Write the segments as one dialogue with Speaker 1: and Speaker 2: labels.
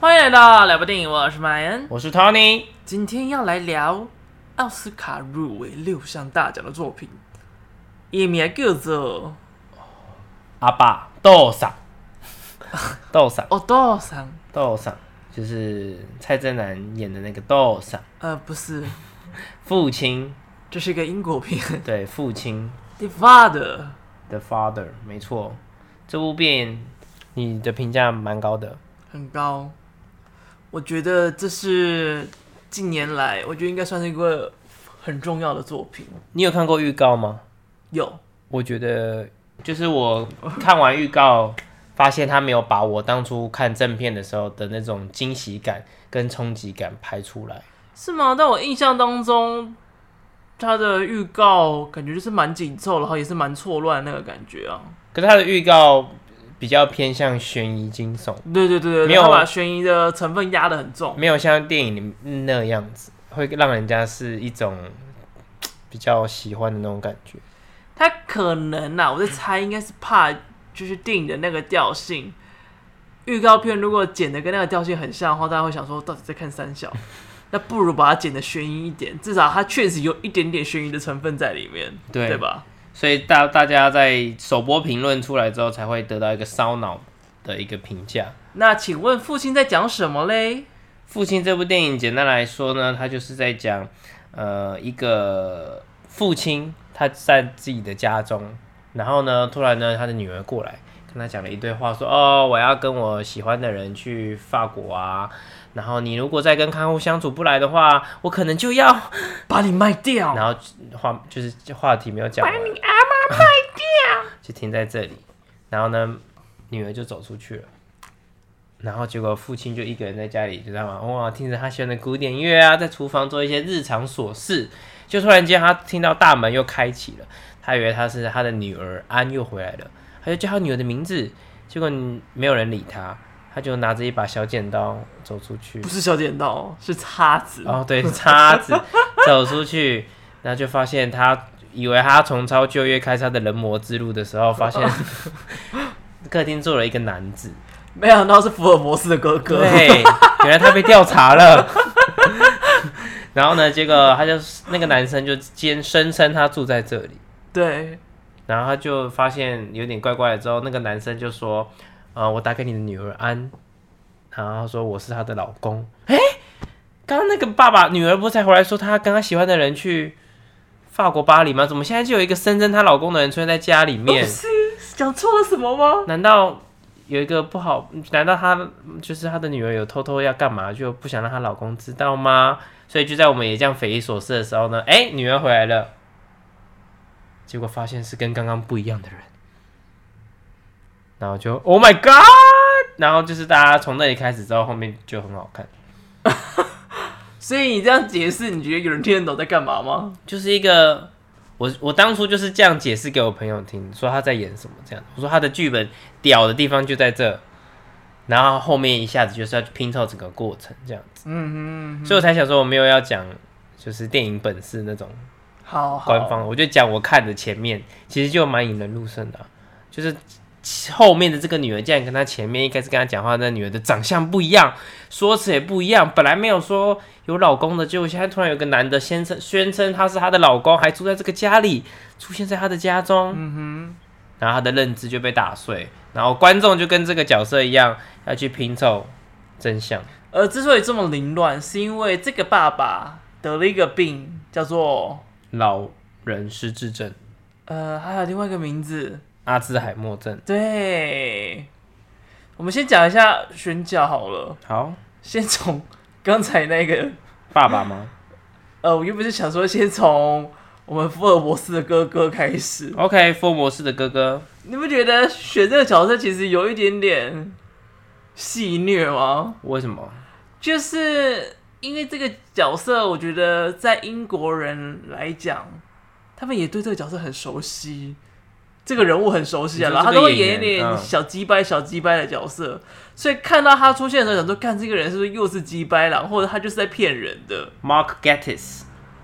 Speaker 1: 欢迎来到聊部电影，我是麦恩，
Speaker 2: 我是 Tony。
Speaker 1: 今天要来聊奥斯卡入围六项大奖的作品，也名叫做
Speaker 2: 阿爸豆嗓， 豆嗓
Speaker 1: 《奥多桑》。
Speaker 2: 豆嗓，就是蔡正南演的那个豆嗓，
Speaker 1: 呃，不是，
Speaker 2: 父亲
Speaker 1: 这是一个英国片，《
Speaker 2: 对父亲
Speaker 1: The Father》。
Speaker 2: 的 father，没错。这部片你的评价蛮高的，
Speaker 1: 很高。我觉得这是近年来，我觉得应该算是一个很重要的作品。
Speaker 2: 你有看过预告吗？
Speaker 1: 有，
Speaker 2: 我觉得就是我看完预告，发现他没有把我当初看正片的时候的那种惊喜感跟冲击感拍出来。
Speaker 1: 是吗？但我印象当中，它的预告感觉就是蛮紧凑，然后也是蛮错乱那个感觉啊。
Speaker 2: 可是他的预告比较偏向悬疑惊悚。
Speaker 1: 对对对对，
Speaker 2: 没有
Speaker 1: 他把悬疑的成分压得很重。
Speaker 2: 没有像电影里那样子，会让人家是一种嘖比较喜欢的那种感觉。
Speaker 1: 他可能呐、啊，我在猜，应该是怕就是电影的那个调性。预告片如果剪的跟那个调性很像的话，大家会想说到底在看三 小，那不如把它剪的悬疑一点，至少它确实有一点点悬疑的成分在里面，
Speaker 2: 对
Speaker 1: 吧？
Speaker 2: 所以大大家在首播评论出来之后，才会得到一个烧脑的一个评价。
Speaker 1: 那请问父亲在讲什么嘞？
Speaker 2: 《父亲》这部电影，简单来说呢，它就是在讲，呃，一个父亲他在自己的家中，然后呢，突然呢，他的女儿过来跟他讲了一堆话，说：“哦，我要跟我喜欢的人去法国啊，然后你如果再跟看护相处不来的话，我可能就要……
Speaker 1: 把你卖掉，
Speaker 2: 然后话就是话题没有讲完，
Speaker 1: 阿妈卖掉。
Speaker 2: 就停在这里。然后呢，女儿就走出去了。然后结果父亲就一个人在家里，知道吗？哇，听着他喜欢的古典乐啊，在厨房做一些日常琐事。就突然间，他听到大门又开启了，他以为他是他的女儿安又回来了，他就叫他女儿的名字，结果没有人理他，他就拿着一把小剪刀走出去
Speaker 1: 不。是小剪刀，是叉子。
Speaker 2: 哦，对， 叉子走出去，然后就发现他以为他重操旧业开始他的人魔之路的时候，发现客厅坐了一个男子，
Speaker 1: 没想到是福尔摩斯的哥哥。
Speaker 2: 对，原来他被调查了。 然后呢，结果他就那个男生就兼声称他住在这里，
Speaker 1: 对，
Speaker 2: 然后他就发现有点怪怪的，之后那个男生就说：“呃，我打给你的女儿安。”然后他说我是她的老公。哎，刚刚那个爸爸女儿不是才回来说她跟她喜欢的人去法国巴黎吗？怎么现在就有一个声称她老公的人出现在家里面
Speaker 1: 不？是讲错了什么吗？
Speaker 2: 难道有一个不好？难道她就是她的女儿有偷偷要干嘛，就不想让她老公知道吗？所以就在我们也这样匪夷所思的时候呢，哎，女儿回来了，结果发现是跟刚刚不一样的人，然后就 Oh my God！然后就是大家从那里开始之后，后面就很好看，
Speaker 1: 所以你这样解释，你觉得有人听得懂在干嘛吗？
Speaker 2: 就是一个。我我当初就是这样解释给我朋友听，说他在演什么这样。我说他的剧本屌的地方就在这，然后后面一下子就是要拼凑整个过程这样子，
Speaker 1: 嗯哼，
Speaker 2: 所以我才想说我没有要讲就是电影本事那种
Speaker 1: 好好，
Speaker 2: 官方，我就讲我看的前面，其实就蛮引人入胜的啊、就是后面的这个女儿竟然跟她前面一开始跟她讲话的那女儿的长相不一样，说辞也不一样，本来没有说有老公的，结果现在突然有个男的先称宣称他是她的老公，还住在这个家里，出现在她的家中，嗯哼，然后她的认知就被打碎，然后观众就跟这个角色一样要去拼凑真相，
Speaker 1: 呃，之所以这么凌乱，是因为这个爸爸得了一个病，叫做
Speaker 2: 老人失智症，
Speaker 1: 呃，还有另外一个名字。
Speaker 2: 阿兹海默症，
Speaker 1: 对，我们先讲一下选角好了，
Speaker 2: 好，
Speaker 1: 先从刚才那个，
Speaker 2: 爸爸吗？
Speaker 1: 呃，我原本是想说先从我们福尔摩斯的哥哥开始。
Speaker 2: OK，福尔摩斯的哥哥，
Speaker 1: 你不觉得选这个角色其实有一点点戏虐吗？
Speaker 2: 为什么？
Speaker 1: 就是因为这个角色，我觉得在英国人来讲，他们也对这个角色很熟悉，这个人物很熟悉啊，
Speaker 2: 你说
Speaker 1: 然后他
Speaker 2: 这
Speaker 1: 都
Speaker 2: 个
Speaker 1: 会演一
Speaker 2: 演员
Speaker 1: 点
Speaker 2: 嗯
Speaker 1: 小鸡掰、小鸡掰的角色，所以看到他出现的时候，想说，看这个人是不是又是鸡掰狼，或者他就是在骗人的。
Speaker 2: Mark Gatiss，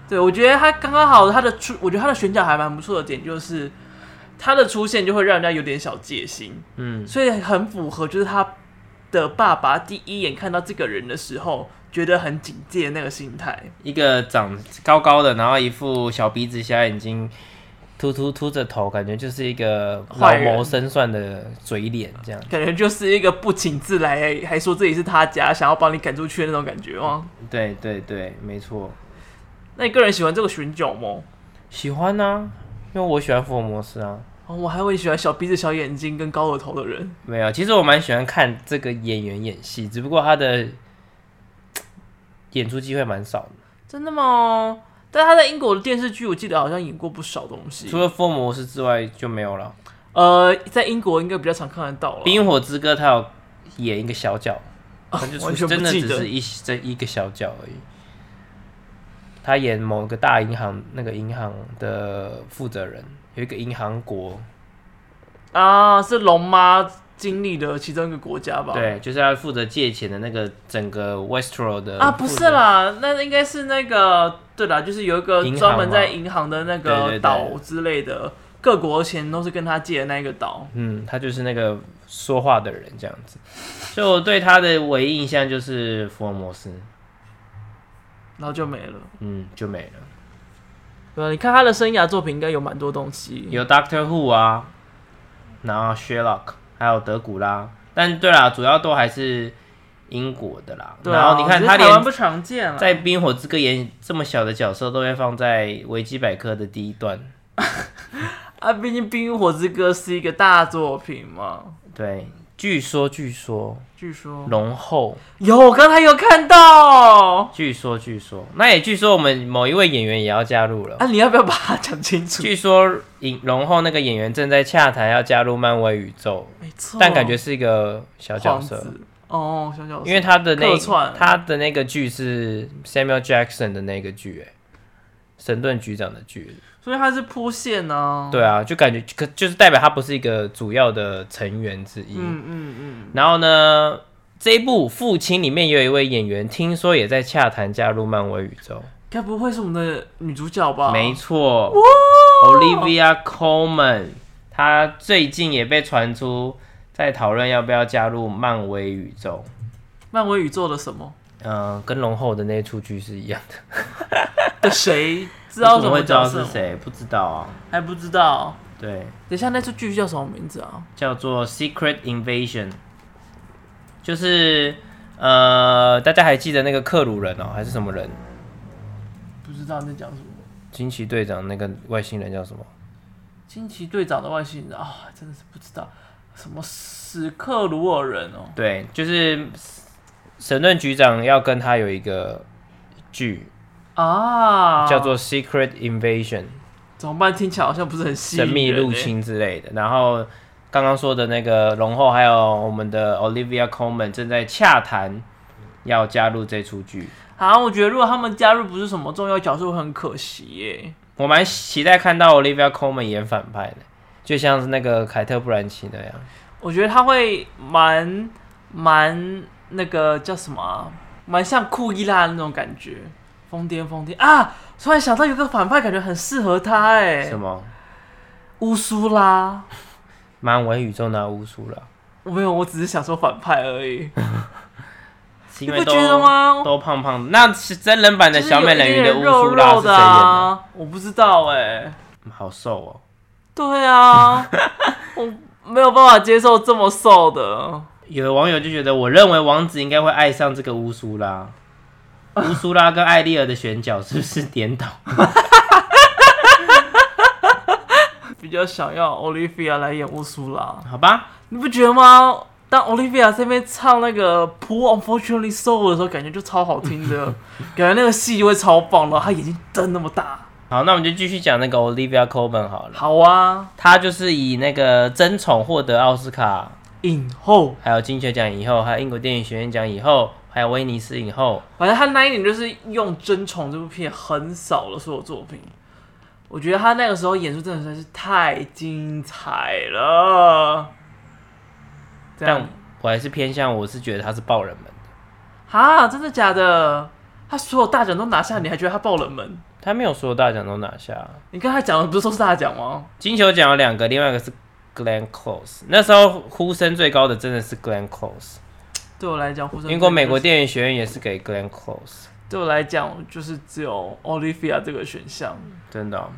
Speaker 1: 对，我觉得他刚刚好，他的出，我觉得他的选角还蛮不错的点就是。他的出现就会让人家有点小戒心，
Speaker 2: 嗯，
Speaker 1: 所以很符合，就是他的爸爸第一眼看到这个人的时候，觉得很警戒的那个心态。
Speaker 2: 一个长高高的，然后一副小鼻子、小眼睛，秃秃秃着头，感觉就是一个老
Speaker 1: 坏人
Speaker 2: 谋深算的嘴脸这样。
Speaker 1: 感觉就是一个不请自来，还说自己是他家，想要把你赶出去的那种感觉哦。
Speaker 2: 对对对，没错，
Speaker 1: 那你个人喜欢这个寻酒吗？
Speaker 2: 喜欢啊，因为我喜欢福尔摩斯啊。
Speaker 1: 哦，我还会喜欢小鼻子、小眼睛跟高额头的人。
Speaker 2: 没有，啊其实我蛮喜欢看这个演员演戏，只不过他的演出机会蛮少的。
Speaker 1: 真的吗？但他在英国的电视剧，我记得好像演过不少东西
Speaker 2: 除。了福尔摩斯之外就没有了。
Speaker 1: 呃，在英国应该比较常看得到了
Speaker 2: 《冰。与火之歌》他有演一个小角，他就
Speaker 1: 哦完
Speaker 2: 出
Speaker 1: 全不
Speaker 2: 真的
Speaker 1: 记
Speaker 2: 只
Speaker 1: 得
Speaker 2: 是一这一个小角而已。他演某个大银行那个银行的负责人，有一个银行国，
Speaker 1: 啊，是龙妈经历的其中一个国家吧？。
Speaker 2: 对，就是要负责借钱的那个整个 Westro 的
Speaker 1: 啊，不
Speaker 2: 负
Speaker 1: 是
Speaker 2: 责，
Speaker 1: 啦，那应该是那个，对啦，就是有一个
Speaker 2: 银行
Speaker 1: 专门
Speaker 2: 嘛
Speaker 1: 在银行的那
Speaker 2: 对对
Speaker 1: 个
Speaker 2: 对
Speaker 1: 岛之类的，各国钱都是跟他借的那一个岛。
Speaker 2: 嗯，他就是那个说话的人这样子。所以我对他的唯一印象就是福尔摩斯，
Speaker 1: 然后就没了。
Speaker 2: 嗯，就没了。
Speaker 1: 对啊，你看他的生涯作品应该有蛮多东西。
Speaker 2: 有 Doctor Who 啊，然后 Sherlock，还有德古拉。但对啦，主要都还是英国的啦。
Speaker 1: 对啊，
Speaker 2: 然后你看
Speaker 1: 只是
Speaker 2: 他
Speaker 1: 台湾
Speaker 2: 连
Speaker 1: 不常见了，
Speaker 2: 在《冰火之歌》演这么小的角色，都会放在维基百科的第一段。
Speaker 1: 啊，毕竟《冰与火之歌》是一个大作品嘛。
Speaker 2: 对，据说据说
Speaker 1: 据说
Speaker 2: 龙后，
Speaker 1: 有，我刚才有看到
Speaker 2: 据说据说，那也据说我们某一位演员也要加入了。
Speaker 1: 啊，你要不要把它讲清楚？
Speaker 2: 据说影龙后那个演员正在洽谈要加入漫威宇宙，
Speaker 1: 没错，
Speaker 2: 但感觉是一个小
Speaker 1: 哦
Speaker 2: 角
Speaker 1: 皇
Speaker 2: 色。
Speaker 1: 子哦，小角色，
Speaker 2: 因为他的那
Speaker 1: 客串
Speaker 2: 他的那个剧是 Samuel Jackson 的那个剧，哎，神盾局长的剧，
Speaker 1: 所以他是铺线呢、啊。
Speaker 2: 对啊，就感觉可就是代表他不是一个主要的成员之一。
Speaker 1: 嗯嗯嗯，
Speaker 2: 然后呢，这一部《父亲》里面也有一位演员，听说也在洽谈加入漫威宇宙，
Speaker 1: 该不会是我们的女主角吧？
Speaker 2: 没错
Speaker 1: 哇
Speaker 2: ，Olivia Colman，她最近也被传出在讨论要不要加入漫威宇宙。
Speaker 1: 漫威宇宙的什么
Speaker 2: 嗯、跟龙后的那出剧是一样的，
Speaker 1: 的谁知道
Speaker 2: 我
Speaker 1: 什
Speaker 2: 怎
Speaker 1: 么
Speaker 2: 么会知道
Speaker 1: 角色
Speaker 2: 是
Speaker 1: 吗？
Speaker 2: 谁？不知道啊。
Speaker 1: 还不知道。
Speaker 2: 对，
Speaker 1: 等一下，那出剧叫什么名字啊？
Speaker 2: 叫做 Secret Invasion，就是呃，大家还记得那个克鲁人哦，还是什么人？
Speaker 1: 不知道你在讲什么。
Speaker 2: 惊奇队长那个外星人叫什么？
Speaker 1: 惊奇队长的外星人啊、真的是不知道什么史克鲁尔人哦。
Speaker 2: 对，就是神盾局长要跟他有一个剧，
Speaker 1: 啊，
Speaker 2: 叫做 Secret Invasion，、
Speaker 1: 怎么办？听起来好像不是很吸引
Speaker 2: 神秘
Speaker 1: 人
Speaker 2: 入
Speaker 1: 欸。
Speaker 2: 侵之类的。然后刚刚说的那个龙后，还有我们的 Olivia Colman 正在洽谈要加入这出剧。
Speaker 1: 啊，我觉得如果他们加入不是什么重要角色，会很可惜耶。
Speaker 2: 我蛮期待看到 Olivia Colman 演反派的，就像是那个凯特·布兰奇那样。
Speaker 1: 我觉得他会蛮蛮那个叫什么、啊，蛮像库伊拉的那种感觉，疯癫疯癫啊！突然想到有个反派，感觉很适合他哎
Speaker 2: 什，么？
Speaker 1: 乌苏拉。
Speaker 2: 漫威宇宙那乌苏拉？
Speaker 1: 我没有，我只是想说反派而已，你
Speaker 2: 是因
Speaker 1: 不
Speaker 2: 为都
Speaker 1: 觉得吗？
Speaker 2: 都胖胖的，那是真人版的
Speaker 1: 就是
Speaker 2: 小美人鱼
Speaker 1: 有一
Speaker 2: 的
Speaker 1: 点
Speaker 2: 乌
Speaker 1: 肉
Speaker 2: 苏拉
Speaker 1: 肉
Speaker 2: 是谁
Speaker 1: 的
Speaker 2: 演的？
Speaker 1: 啊？我不知道哎。
Speaker 2: 好瘦哦！
Speaker 1: 对 啊，我没有办法接受这么瘦的。
Speaker 2: 有的网友就觉得，我认为王子应该会爱上这个乌苏 拉。乌苏拉跟艾丽尔的选角是不是颠倒？
Speaker 1: 比较想要 Olivia 来演乌苏拉，
Speaker 2: 好吧，
Speaker 1: 你不觉得吗？当 Olivia 这边唱那个《Poor Unfortunately Soul》的时候，感觉就超好听 的，感觉那个戏就会超棒了。她眼睛瞪那么大，
Speaker 2: 好，那我们就继续讲那个 Olivia Colman 好了。
Speaker 1: 好啊，
Speaker 2: 她就是以那个争宠获得奥斯卡
Speaker 1: 影后。
Speaker 2: 还有金球奖以后，还有英国电影学院奖以后，还有威尼斯影后，
Speaker 1: 反正她那一年就是用《争宠》这部片很少了所有作品。我觉得她那个时候演出真的实在是太精彩了。这样
Speaker 2: 但我还是偏向我是觉得他是爆冷门的，
Speaker 1: 啊，真的假的？他所有大奖都拿下，你还觉得他爆冷门？
Speaker 2: 他没有所有大奖都拿下。
Speaker 1: 你刚才讲的不是都是大奖吗？
Speaker 2: 金球奖有两个，另外一个是 Glenn Close，那时候呼声最高的真的是 Glenn Close，
Speaker 1: 对我来讲，护身符
Speaker 2: 英国美国电影学院也是给 Glenn Close，
Speaker 1: 对我来讲就是只有 Olivia 这个选项，
Speaker 2: 真的哦、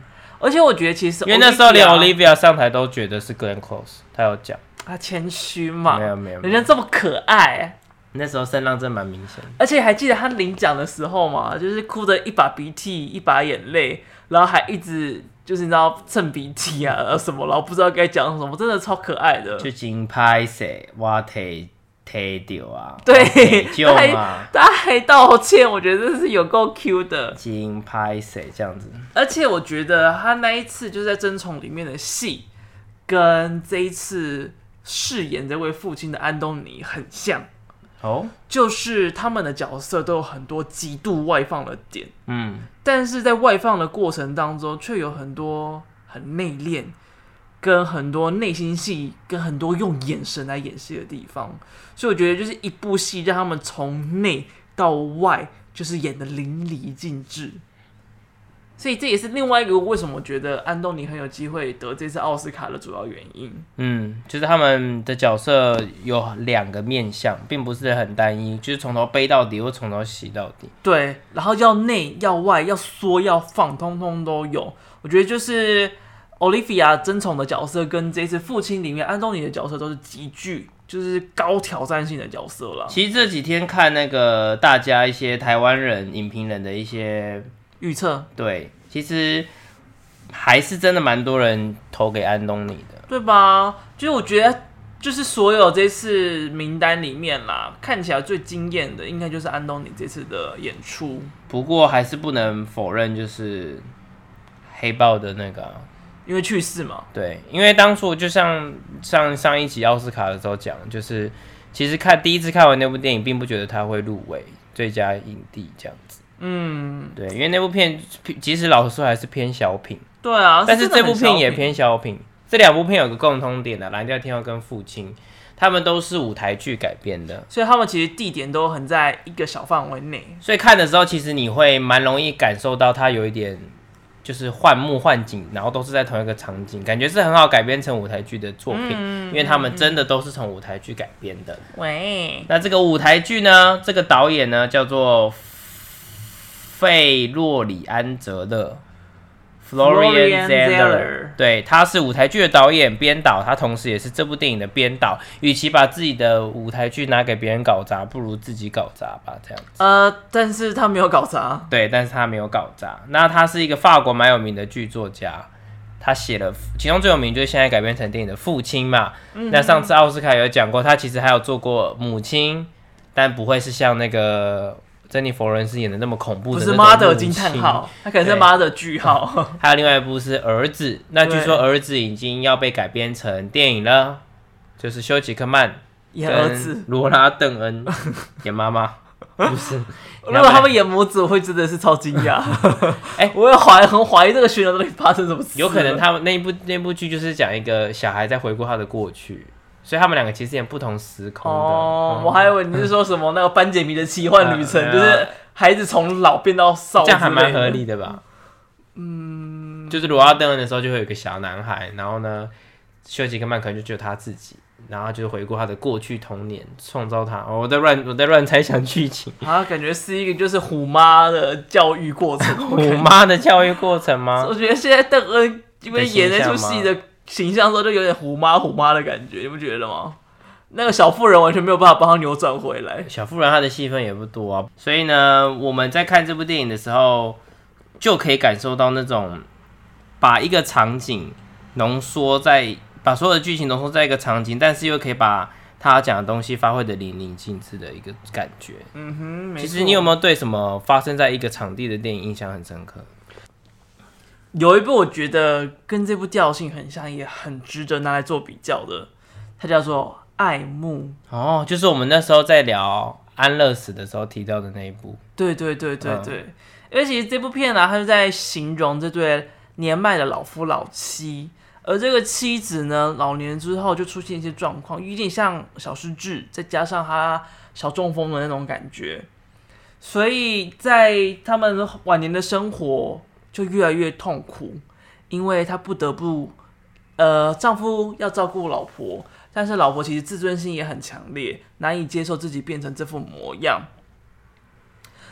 Speaker 1: 而且我觉得其实
Speaker 2: 因为那时候连
Speaker 1: Olivia
Speaker 2: Olivia 上台都觉得是 Glenn Close，他有讲，
Speaker 1: 她谦虚嘛
Speaker 2: 没，有没有，没
Speaker 1: 人
Speaker 2: 有
Speaker 1: 家这么可爱，
Speaker 2: 那时候声浪真蛮明显的。
Speaker 1: 而且还记得她领奖的时候嘛，就是哭的一把鼻涕一把眼泪，然后还一直就是你知道蹭鼻涕啊呃什么，然后不知道该讲什么，真的超可爱的。
Speaker 2: 就真歹势，我提提到啊，
Speaker 1: 对
Speaker 2: 我提，
Speaker 1: 他
Speaker 2: 到
Speaker 1: 还
Speaker 2: 嘛，
Speaker 1: 他还道歉，我觉得这是有够 Q 的。
Speaker 2: 真歹势这样子，
Speaker 1: 而且我觉得他那一次就是在《争宠》里面的戏，跟这一次饰演这位父亲的安东尼很像，
Speaker 2: 哦，
Speaker 1: 就是他们的角色都有很多极度外放的点，
Speaker 2: 嗯，
Speaker 1: 但是在外放的过程当中，却有很多很内敛，跟很多内心戏，跟很多用眼神来演戏的地方。所以我觉得就是一部戏让他们从内到外就是演的淋漓尽致。所以这也是另外一个为什么我觉得安东尼很有机会得这次奥斯卡的主要原因。
Speaker 2: 嗯，就是他们的角色有两个面相，并不是很单一，就是从头背到底或从头洗到底。
Speaker 1: 对，然后要内要外要缩要放，通通都有。我觉得就是 Olivia 争宠的角色跟这次父亲里面安东尼的角色都是极具就是高挑战性的角色了。
Speaker 2: 其实这几天看那个大家一些台湾人影评人的一些
Speaker 1: 预测
Speaker 2: 对，其实还是真的蛮多人投给安东尼的。
Speaker 1: 对吧？就是我觉得就是所有这次名单里面啦，看起来最惊艳的应该就是安东尼这次的演出，
Speaker 2: 不过还是不能否认，就是黑豹的那个啊、
Speaker 1: 因为去世嘛。
Speaker 2: 对，因为当初就像上上一集奥斯卡的时候讲，就是其实看第一次看完那部电影，并不觉得它会入围最佳影帝这样子。
Speaker 1: 嗯，
Speaker 2: 对，因为那部片即使老实说还是偏小品，
Speaker 1: 对啊。
Speaker 2: 但是
Speaker 1: 真的
Speaker 2: 这
Speaker 1: 很
Speaker 2: 部片
Speaker 1: 小
Speaker 2: 也偏小品。这两部片有个共通点的、蓝调天后》跟《父亲》，他们都是舞台剧改编的，
Speaker 1: 所以他们其实地点都很在一个小范围内。
Speaker 2: 所以看的时候，其实你会蛮容易感受到它有一点就是幻幕幻景，然后都是在同一个场景，感觉是很好改编成舞台剧的作品，因为他们真的都是从舞台剧改编的。
Speaker 1: 喂，
Speaker 2: 那这个舞台剧呢，这个导演呢叫做费洛里安·泽勒
Speaker 1: Florian
Speaker 2: （Florian
Speaker 1: Zeller
Speaker 2: Zeller）。对，他是舞台剧的导演、编导，他同时也是这部电影的编导。与其把自己的舞台剧拿给别人搞砸，不如自己搞砸吧，这样。
Speaker 1: 呃，但是他没有搞砸，
Speaker 2: 对，但是他没有搞砸。那他是一个法国蛮有名的剧作家，他写了其中最有名就是现在改编成电影的《父亲》嘛。
Speaker 1: 嗯
Speaker 2: 那上次奥斯卡有讲过，他其实还有做过《母亲》，但不会是像那个珍妮佛·罗伦斯演的那么恐怖
Speaker 1: 不
Speaker 2: 的
Speaker 1: 是
Speaker 2: 那种
Speaker 1: mother
Speaker 2: 母
Speaker 1: 惊叹
Speaker 2: 亲
Speaker 1: 号，他可能是
Speaker 2: 对
Speaker 1: mother 句 号。
Speaker 2: 还有另外一部是儿子，那据
Speaker 1: 对
Speaker 2: 说儿子已经要被改编成电影了，就是休·杰克曼
Speaker 1: 演儿子
Speaker 2: 跟，罗拉·邓恩演妈妈，不是？
Speaker 1: 如果他们演母子，我会真的是超惊 讶。
Speaker 2: 哎
Speaker 1: 我也怀很怀疑这个旋流到底发生什么事。
Speaker 2: 有可能他们那一部那部剧就是讲一个小孩在回顾他的过去，所以他们两个其实也不同时空的。
Speaker 1: 哦，
Speaker 2: 嗯
Speaker 1: 我还以为你是说什么那个班杰明的奇幻旅程，
Speaker 2: 嗯
Speaker 1: 就是孩子从老变到少，
Speaker 2: 这样还蛮合。理的吧？嗯，就是罗拉登恩的时候就会有一个小男孩，然后呢，休杰克曼可能就只有他自己，然后就是回顾他的过去童年，创造他。哦、我在乱我在乱猜想剧情，
Speaker 1: 啊，感觉是一个就是虎妈的教育过程。我
Speaker 2: 虎
Speaker 1: 感
Speaker 2: 妈的教育过程吗？
Speaker 1: 我觉得现在邓恩因为演那出戏
Speaker 2: 的
Speaker 1: 的形象的时候，就有点虎妈虎妈的感觉，你不觉得吗？那个小妇人完全没有办法帮他扭转回来。
Speaker 2: 小妇人她的戏份也不多啊，所以呢，我们在看这部电影的时候，就可以感受到那种把一个场景浓缩在把所有的剧情浓缩在一个场景，但是又可以把他讲的东西发挥的淋漓尽致的一个感觉。
Speaker 1: 嗯哼，没
Speaker 2: 其
Speaker 1: 错
Speaker 2: 实你有没有对什么发生在一个场地的电影印象很深刻？
Speaker 1: 有一部我觉得跟这部调性很像，也很值得拿来做比较的，它叫做《爱慕》。
Speaker 2: 哦，就是我们那时候在聊安乐死的时候提到的那一部，
Speaker 1: 对对对对
Speaker 2: 嗯
Speaker 1: 对，因为其实这部片呢、它就在形容这对年迈的老夫老妻，而这个妻子呢，老年之后就出现一些状况，有点像小失智，再加上她小中风的那种感觉，所以在他们晚年的生活就越来越痛苦，因为她不得不，呃，丈夫要照顾老婆，但是老婆其实自尊心也很强烈，难以接受自己变成这副模样。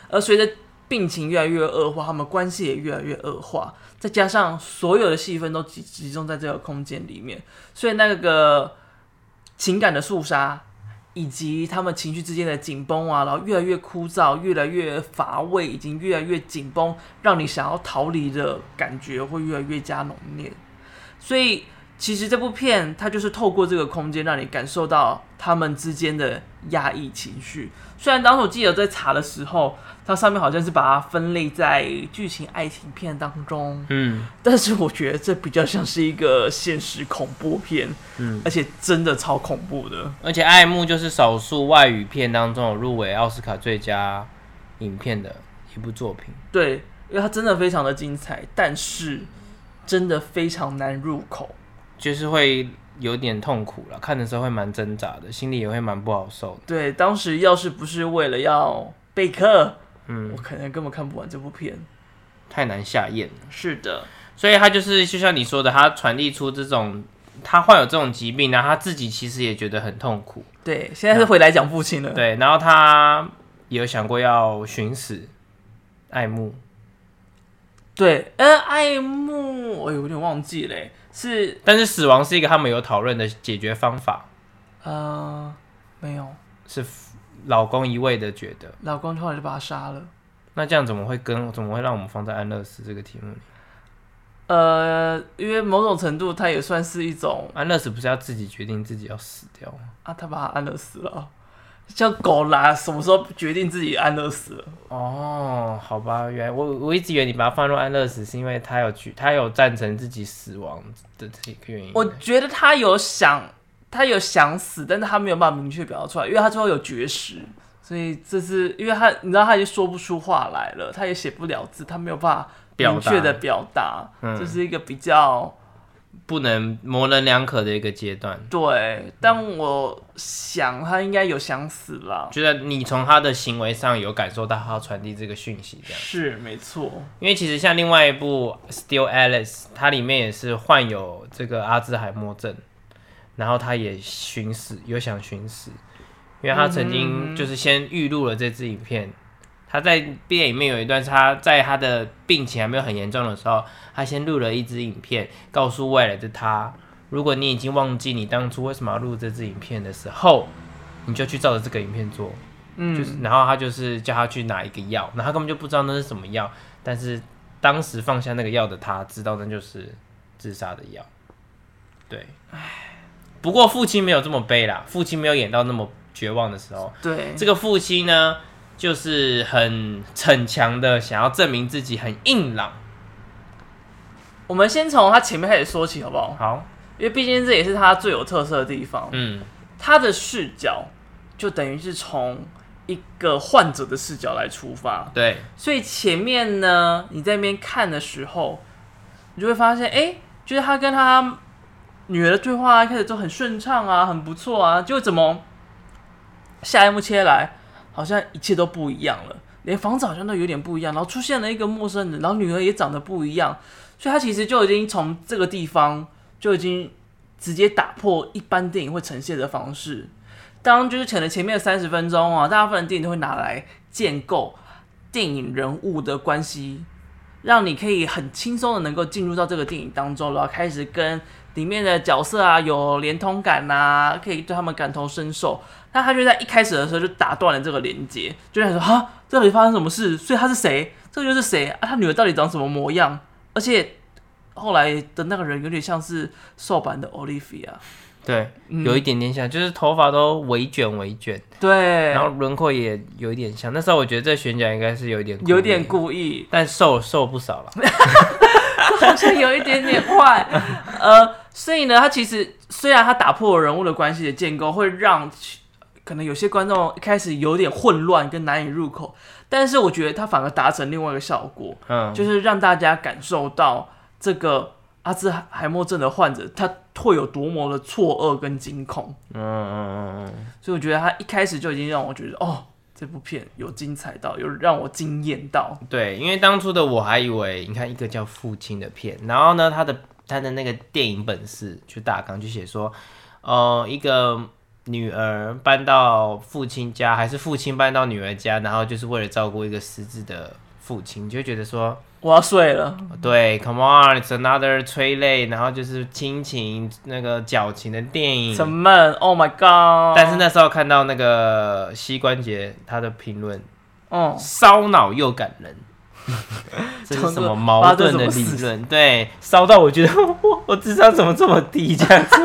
Speaker 1: 而随着病情越来越恶化，他们关系也越来越恶化，再加上所有的戏份都集集中在这个空间里面，所以那个情感的肃杀，以及他们情绪之间的紧绷啊，然后越来越枯燥，越来越乏味，已经越来越紧绷，让你想要逃离的感觉会越来越加浓烈。所以其实这部片它就是透过这个空间，让你感受到他们之间的压抑情绪。虽然当时我记得在查的时候，它上面好像是把它分类在剧情爱情片当中，
Speaker 2: 嗯，
Speaker 1: 但是我觉得这比较像是一个现实恐怖片，
Speaker 2: 嗯，
Speaker 1: 而且真的超恐怖的。
Speaker 2: 而且《爱慕》就是少数外语片当中有入围奥斯卡最佳影片的一部作品。
Speaker 1: 对，因为它真的非常的精彩，但是真的非常难入口。
Speaker 2: 就是会有点痛苦了，看的时候会蛮挣扎的，心里也会蛮不好受的。
Speaker 1: 对，当时要是不是为了要备课，
Speaker 2: 嗯
Speaker 1: 我，可能根本看不完这部片。
Speaker 2: 太难下咽了。
Speaker 1: 是的，
Speaker 2: 所以他就是就像你说的，他传递出这种他患有这种疾病，然后他自己其实也觉得很痛苦。
Speaker 1: 对，现在是回来讲父亲了。
Speaker 2: 对，然后他也有想过要寻死爱慕，
Speaker 1: 对，呃，爱慕，我有点忘记嘞，是
Speaker 2: 但是死亡是一个他们有讨论的解决方法，
Speaker 1: 呃没有，
Speaker 2: 是老公一味的觉得。
Speaker 1: 老公后来就把他杀了。
Speaker 2: 那这样怎么会跟怎么会让我们放在安乐死这个题目里？
Speaker 1: 呃，因为某种程度，他也算是一种
Speaker 2: 安乐死不是要自己决定自己要死掉吗？
Speaker 1: 啊，他把他安乐死了，像狗啦，什么时候决定自己安乐死了？
Speaker 2: 哦，好吧，原来我我一直以为你把它放入安乐死，是因为他有去，他有赞成自己死亡的这个原因。
Speaker 1: 我觉得他有想，他有想死，但是他没有办法明确表达出来，因为他最后有绝食，所以这是因为他，你知道他已经说不出话来了，他也写不了字，他没有办法
Speaker 2: 表
Speaker 1: 明
Speaker 2: 达
Speaker 1: 确的表达，
Speaker 2: 嗯
Speaker 1: 这是一个比较
Speaker 2: 不能模棱两可的一个阶段，
Speaker 1: 对，但我想他应该有想死啦，
Speaker 2: 觉得你从他的行为上有感受到他要传递这个讯
Speaker 1: 嗯
Speaker 2: 息，这样。
Speaker 1: 是没错，
Speaker 2: 因为其实像另外一部《Still Alice》，它里面也是患有这个阿兹海默症，然后他也寻死，有想寻死，因为他曾经就是先预录了这支影片。他在电影里面有一段，是他在他的病情还没有很严重的时候，他先录了一支影片，告诉未来的他，如果你已经忘记你当初为什么要录这支影片的时候，你就去照着这个影片做。
Speaker 1: 嗯，
Speaker 2: 就是，然后他就是叫他去拿一个药，然后他根本就不知道那是什么药，但是当时放下那个药的他知道那就是自杀的药，对，不过父亲没有这么悲啦，父亲没有演到那么绝望的时候，
Speaker 1: 对，
Speaker 2: 这个父亲呢，就是很逞强的想要证明自己很硬朗，
Speaker 1: 我们先从他前面开始说起好不好？
Speaker 2: 好，
Speaker 1: 因为毕竟这也是他最有特色的地方，
Speaker 2: 嗯，
Speaker 1: 他的视角就等于是从一个患者的视角来出发，
Speaker 2: 对，
Speaker 1: 所以前面呢，你在那边看的时候，你就会发现，哎、就是他跟他女儿的对话啊开始都很顺畅啊，很不错啊，就怎么下一幕切来，好像一切都不一样了，连房子好像都有点不一样，然后出现了一个陌生人，然后女儿也长得不一样，所以他其实就已经从这个地方就已经直接打破一般电影会呈现的方式。当就是可能前面的三十分钟啊，大部分的电影都会拿来建构电影人物的关系，让你可以很轻松的能够进入到这个电影当中，然后开始跟里面的角色啊有连通感呐、可以对他们感同身受。那他就在一开始的时候就打断了这个连接，就在说哈，这里发生什么事？所以他是谁？这个就是谁啊？他女儿到底长什么模样？而且后来的那个人有点像是瘦版的 Olivia，
Speaker 2: 对，嗯有一点点像，就是头发都微卷微卷，
Speaker 1: 对
Speaker 2: 然，后轮廓也有一点像，那时候我觉得这选角应该是有一点
Speaker 1: 有点
Speaker 2: 故
Speaker 1: 故
Speaker 2: 意，
Speaker 1: 意，
Speaker 2: 但瘦瘦不少了。嗯
Speaker 1: 好像有一点点坏。呃，所以呢，他其实虽然他打破人物的关系的建构，会让其可能有些观众一开始有点混乱跟难以入口，但是我觉得他反而达成另外一个效果，
Speaker 2: 嗯，
Speaker 1: 就是让大家感受到这个阿兹海默症的患者他会有多么的错愕跟惊恐。
Speaker 2: 嗯嗯嗯嗯，
Speaker 1: 所以我觉得他一开始就已经让我觉得，哦，这部片有精彩到，有让我惊艳到。
Speaker 2: 嗯对，因为当初的我还以为，你看一个叫《父亲》的片，然后呢，他的他的那个电影本是就大纲就写说，呃，一个女儿搬到父亲家，还是父亲搬到女儿家，然后就是为了照顾一个失智的父亲，你就会觉得说，
Speaker 1: 我要睡了，
Speaker 2: 对，Come on，It's another 催泪，然后就是亲情那个矫情的电影。
Speaker 1: 沉闷。Oh my god！
Speaker 2: 嗯但是，那时候看到那个膝关节他的评论，
Speaker 1: 嗯，
Speaker 2: 烧脑又感 人，这是什么矛盾的理
Speaker 1: 发生什
Speaker 2: 论？对，烧到我觉得 我我智商怎么这么 低这样子？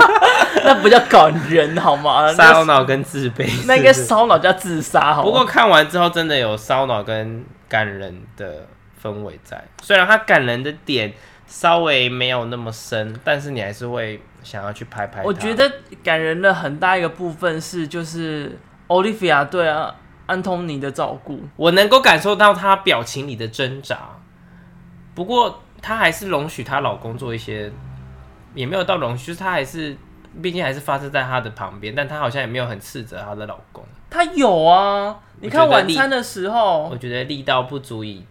Speaker 1: 那不叫感人好 吗？那
Speaker 2: 烧脑跟自卑，
Speaker 1: 那应
Speaker 2: 个
Speaker 1: 该烧脑叫自杀好吗
Speaker 2: 不过看完之后，真的有烧脑跟感人的氛围在。虽然它感人的点稍微没有那么深，但是你还是会想要去拍拍它。
Speaker 1: 我觉得感人的很大一个部分是，就是奥利菲亚对啊安东尼的照顾，
Speaker 2: 我能够感受到她表情里的挣扎，不过她还是容许她老公做一些，也没有到容许，就是她还是。毕竟还是发生在她的旁边，但她好像也没有很斥责她的老公。
Speaker 1: 他有啊。你看
Speaker 2: 我觉得
Speaker 1: 晚餐的时候
Speaker 2: 我，觉得力道不足以，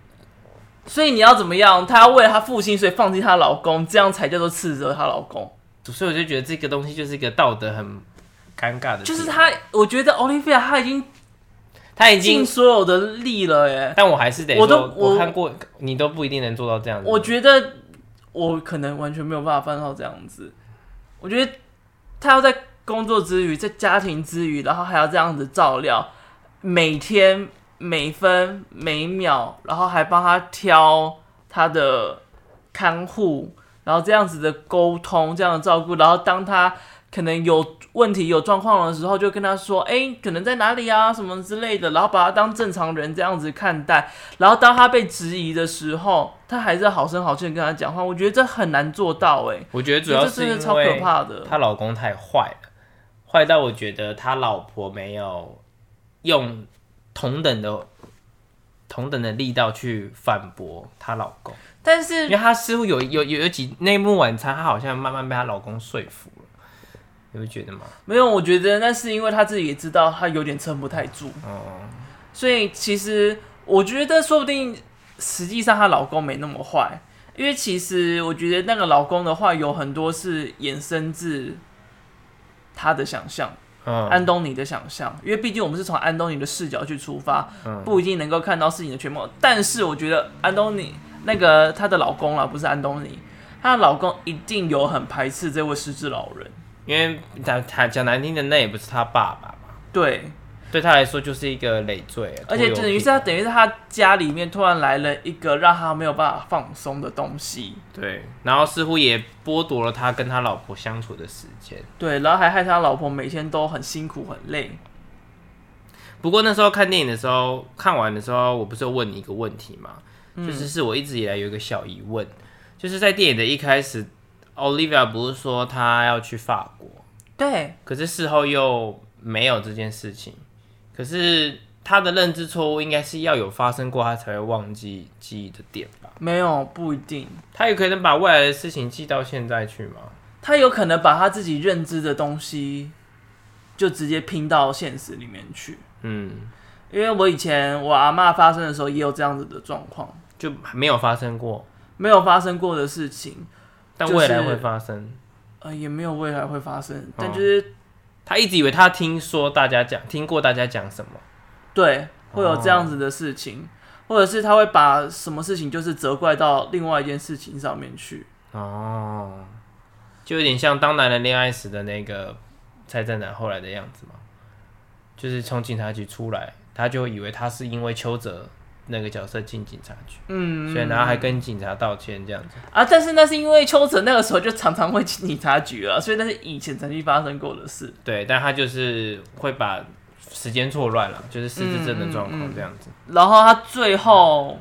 Speaker 1: 所以你要怎么样？她要为了她父亲，所以放弃她老公，这样才叫做斥责她老公。
Speaker 2: 所以我就觉得这个东西就是一个道德很尴尬的地方。
Speaker 1: 就是她，我觉得奥利菲亚她已经
Speaker 2: 她已经
Speaker 1: 尽所有的力了耶。
Speaker 2: 但我还是得
Speaker 1: 我
Speaker 2: 说，
Speaker 1: 都
Speaker 2: 我
Speaker 1: 我
Speaker 2: 看过，你都不一定能做到这样子。
Speaker 1: 我觉得我可能完全没有办法办到这样子。我觉得他要在工作之余，在家庭之余，然后还要这样子照料，每天每分每秒，然后还帮他挑他的看护，然后这样子的沟通，这样的照顾，然后当他可能有问题、有状况的时候，就跟他说：“哎、可能在哪里啊，什么之类的。”然后把他当正常人这样子看待。然后当他被质疑的时候，他还是好声好气的跟他讲话。我觉得这很难做到、哎，
Speaker 2: 我觉得主
Speaker 1: 这
Speaker 2: 要
Speaker 1: 真
Speaker 2: 是
Speaker 1: 的
Speaker 2: 因
Speaker 1: 超可
Speaker 2: 为
Speaker 1: 怕的。
Speaker 2: 她老公太坏了，坏到我觉得他老婆没有用同等的同等的力道去反驳她老公，
Speaker 1: 但
Speaker 2: 因
Speaker 1: 是
Speaker 2: 为她似乎有有有有几那一幕晚餐，她好像慢慢被她老公说服了，你会觉得吗？
Speaker 1: 没有，我觉得那是因为他自己也知道他有点撑不太住，
Speaker 2: 嗯，
Speaker 1: 所以其实我觉得说不定实际上她老公没那么坏，因为其实我觉得那个老公的话有很多是衍生自他的想象，
Speaker 2: 嗯，
Speaker 1: 安东尼的想象，因为毕竟我们是从安东尼的视角去出发，不一定能够看到事情的全貌。但是我觉得安东尼那个她的老公啦，不是安东尼，她的老公一定有很排斥这位失智老人，
Speaker 2: 因为她她讲难听的，那也不是她爸爸嘛，
Speaker 1: 对，
Speaker 2: 对她来说就是一个累赘，
Speaker 1: 而且
Speaker 2: 拖油
Speaker 1: 等于
Speaker 2: 瓶
Speaker 1: 是他等于是他家里面突然来了一个让他没有办法放松的东西，
Speaker 2: 对，然后似乎也剥夺了他跟他老婆相处的时间。
Speaker 1: 对，然后还害他老婆每天都很辛苦很累，
Speaker 2: 不过那时候看电影的时候，看完的时候，我不是有问你一个问题吗？
Speaker 1: 嗯
Speaker 2: 就是是我一直以来有一个小疑问，就是在电影的一开始，Olivia 不是说她要去法国，
Speaker 1: 对，
Speaker 2: 可是事后又没有这件事情，可是她的认知错误应该是要有发生过，她才会忘记记忆的点吧？
Speaker 1: 没有不一定，
Speaker 2: 她有可能把未来的事情记到现在去吗？
Speaker 1: 他有可能把他自己认知的东西就直接拼到现实里面去。
Speaker 2: 嗯，
Speaker 1: 因为我以前我阿嬷发生的时候也有这样子的状况，
Speaker 2: 就没有发生过，
Speaker 1: 没有发生过的事情，
Speaker 2: 但
Speaker 1: 就是
Speaker 2: 未来会发生。
Speaker 1: 呃，也没有未来会发生，但就是、
Speaker 2: 他一直以为他听说大家讲，听过大家讲什么，
Speaker 1: 对会有这样子的事情，或者是他会把什么事情就是责怪到另外一件事情上面去。
Speaker 2: 哦，就有点像《当男人恋爱时》的那个蔡正南后来的样子嘛，就是从警察局出来，他就以为他是因为邱泽那个角色进警察局，
Speaker 1: 嗯，
Speaker 2: 所以然后还跟警察道歉这样子。
Speaker 1: 啊，但是那是因为邱泽那个时候就常常会进警察局啊了，所以那是以前曾经发生过的事。
Speaker 2: 对，但他就是会把时间错乱了，就是失智症的状况这样子。
Speaker 1: 然后他最后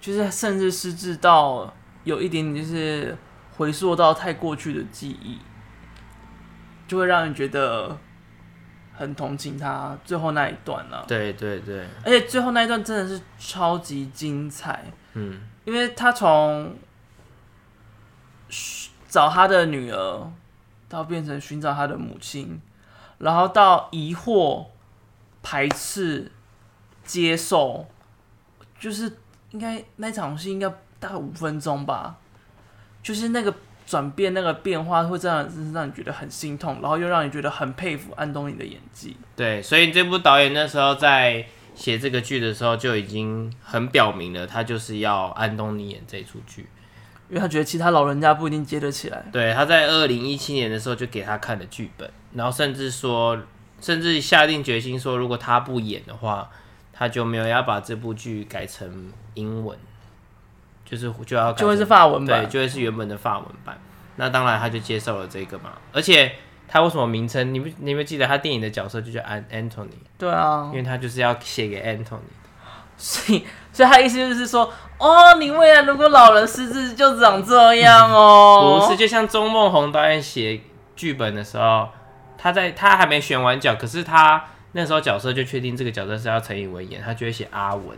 Speaker 1: 就是甚至失智到有一点点就是回溯到太过去的记忆，就会让人觉得很同情他最后那一段啊了、
Speaker 2: 对对对，
Speaker 1: 而且最后那一段真的是超级精彩，
Speaker 2: 嗯，
Speaker 1: 因为他从寻找他的女儿，到变成寻找他的母亲，然后到疑惑、排斥、接受，就是应该那场戏应该大概五分钟吧，就是那个转变那个变化会这样，让你觉得很心痛，然后又让你觉得很佩服安东尼的演技。
Speaker 2: 对，所以这部导演那时候在写这个剧的时候就已经很表明了，他就是要安东尼演这出剧。
Speaker 1: 因为他觉得其他老人家不一定接得起来。
Speaker 2: 对，他在二零一七年的时候就给他看了剧本，然后甚至说，甚至下定决心说，如果他不演的话，他就没有要把这部剧改成英文，就是就要改
Speaker 1: 就会
Speaker 2: 成
Speaker 1: 是法文版
Speaker 2: 对，就会是原本的法文版。那当然，他就接受了这个嘛。而且他为什么名称？你不你有没有记得他电影的角色就叫安 Anthony，
Speaker 1: 对啊
Speaker 2: 因，为他就是要写给 Anthony。
Speaker 1: 所以所以他意思就是说，哦，你未来如果老人失智就长这样哦。
Speaker 2: 不是，就像钟梦宏导演写剧本的时候，他在他还没选完角，可是他那时候角色就确定这个角色是要陈以文演，他就会写阿文，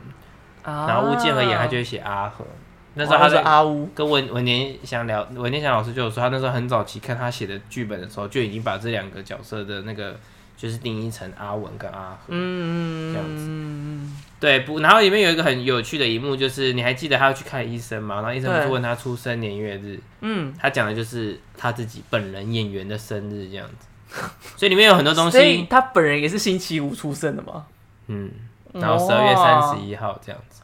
Speaker 1: 啊，哦
Speaker 2: 然后吴建和演，他就会写阿和。那
Speaker 1: 那
Speaker 2: 时候他
Speaker 1: 是
Speaker 2: 在
Speaker 1: 阿乌，
Speaker 2: 跟文文年祥聊，文年祥老师就有说，他那时候很早期看他写的剧本的时候，就已经把这两个角色的那个就是定义成阿文跟阿和。
Speaker 1: 嗯，
Speaker 2: 这样
Speaker 1: 子。
Speaker 2: 对，不，然后里面有一个很有趣的一幕，就是你还记得他要去看医生吗？然后医生不是
Speaker 1: 对
Speaker 2: 问他出生年月日，
Speaker 1: 嗯，
Speaker 2: 他讲的就是他自己本人演员的生日这样子， 所以里面有很多东
Speaker 1: 所以
Speaker 2: 西，
Speaker 1: 他本人也是星期五出生的嘛，
Speaker 2: 嗯，然后十二月三十一号这样子，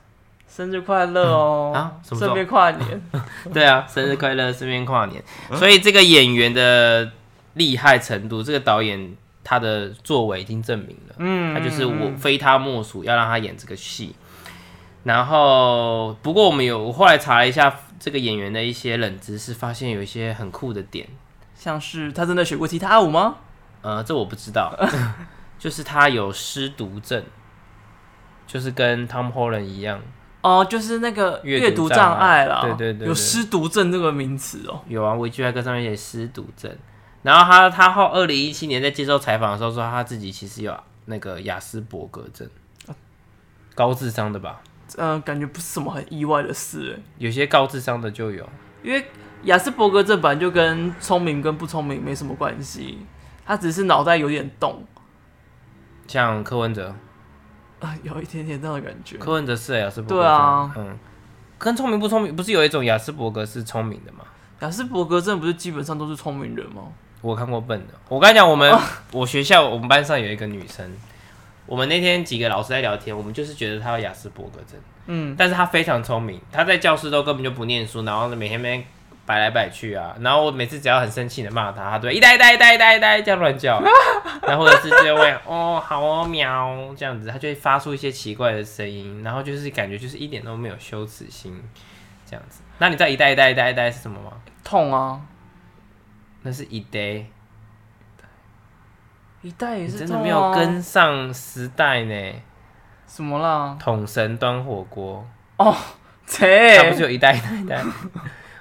Speaker 1: 生日快乐哦！
Speaker 2: 嗯啊什么时
Speaker 1: 顺
Speaker 2: 候
Speaker 1: 便跨 年，
Speaker 2: 对啊，生日快乐，顺便跨年，所以这个演员的厉害程度，这个导演他的作为已经证明了，
Speaker 1: 嗯，
Speaker 2: 他就是我非他莫属，要让他演这个戏。然后，不过我们有我后来查了一下这个演员的一些冷知识，发现有一些很酷的点。
Speaker 1: 像是他真的学过踢踏舞吗？
Speaker 2: 呃，这我不知道， 就是他有失读症，就是跟 Tom Holland 一样，
Speaker 1: 哦，就是那个
Speaker 2: 阅
Speaker 1: 阅
Speaker 2: 读
Speaker 1: 读
Speaker 2: 障
Speaker 1: 障
Speaker 2: 碍
Speaker 1: 碍啦，
Speaker 2: 对对对
Speaker 1: 有
Speaker 2: 对
Speaker 1: 失读症这个名词哦。
Speaker 2: 有啊，维基百科上面写失读症。然后他他后二零一七年在接受采访的时候说，他自己其实有那个雅斯伯格症，
Speaker 1: 哦
Speaker 2: 高智商的吧，
Speaker 1: 嗯、感觉不是什么很意外的事，欸
Speaker 2: 有些高智商的就有。
Speaker 1: 因为雅斯伯格这本来就跟聪明跟不聪明没什么关系，他只是脑袋有点动
Speaker 2: 像柯文哲，
Speaker 1: 啊、有一点点这样的感觉。
Speaker 2: 柯文哲是雅斯伯格症，
Speaker 1: 对啊
Speaker 2: 嗯，跟聪明不聪明，不是有一种雅斯伯格是聪明的吗？
Speaker 1: 雅斯伯格症不是基本上都是聪明人吗？
Speaker 2: 我看过笨的。我跟你讲，我们、 我学校我们班上有一个女生，我们那天几个老师在聊天，我们就是觉得她有雅斯伯格症，
Speaker 1: 嗯，
Speaker 2: 但是她非常聪明，她在教室都根本就不念书，然后每天每摆来摆去啊，然后我每次只要很生气的骂她，她都会一呆一呆一呆一呆一呆这样乱叫，啊然后或者是就会哦好哦喵这样子，她就会发出一些奇怪的声音，然后就是感觉就是一点都没有羞耻心这样子。那你知道一呆一呆一呆一呆是什么吗？
Speaker 1: 痛啊，
Speaker 2: 那是一呆。
Speaker 1: 一代也
Speaker 2: 你
Speaker 1: 是、啊
Speaker 2: 真的没有跟上时代呢。
Speaker 1: 什么啦？
Speaker 2: 桶神端火锅，
Speaker 1: 切，
Speaker 2: 他不是有一袋一袋一袋？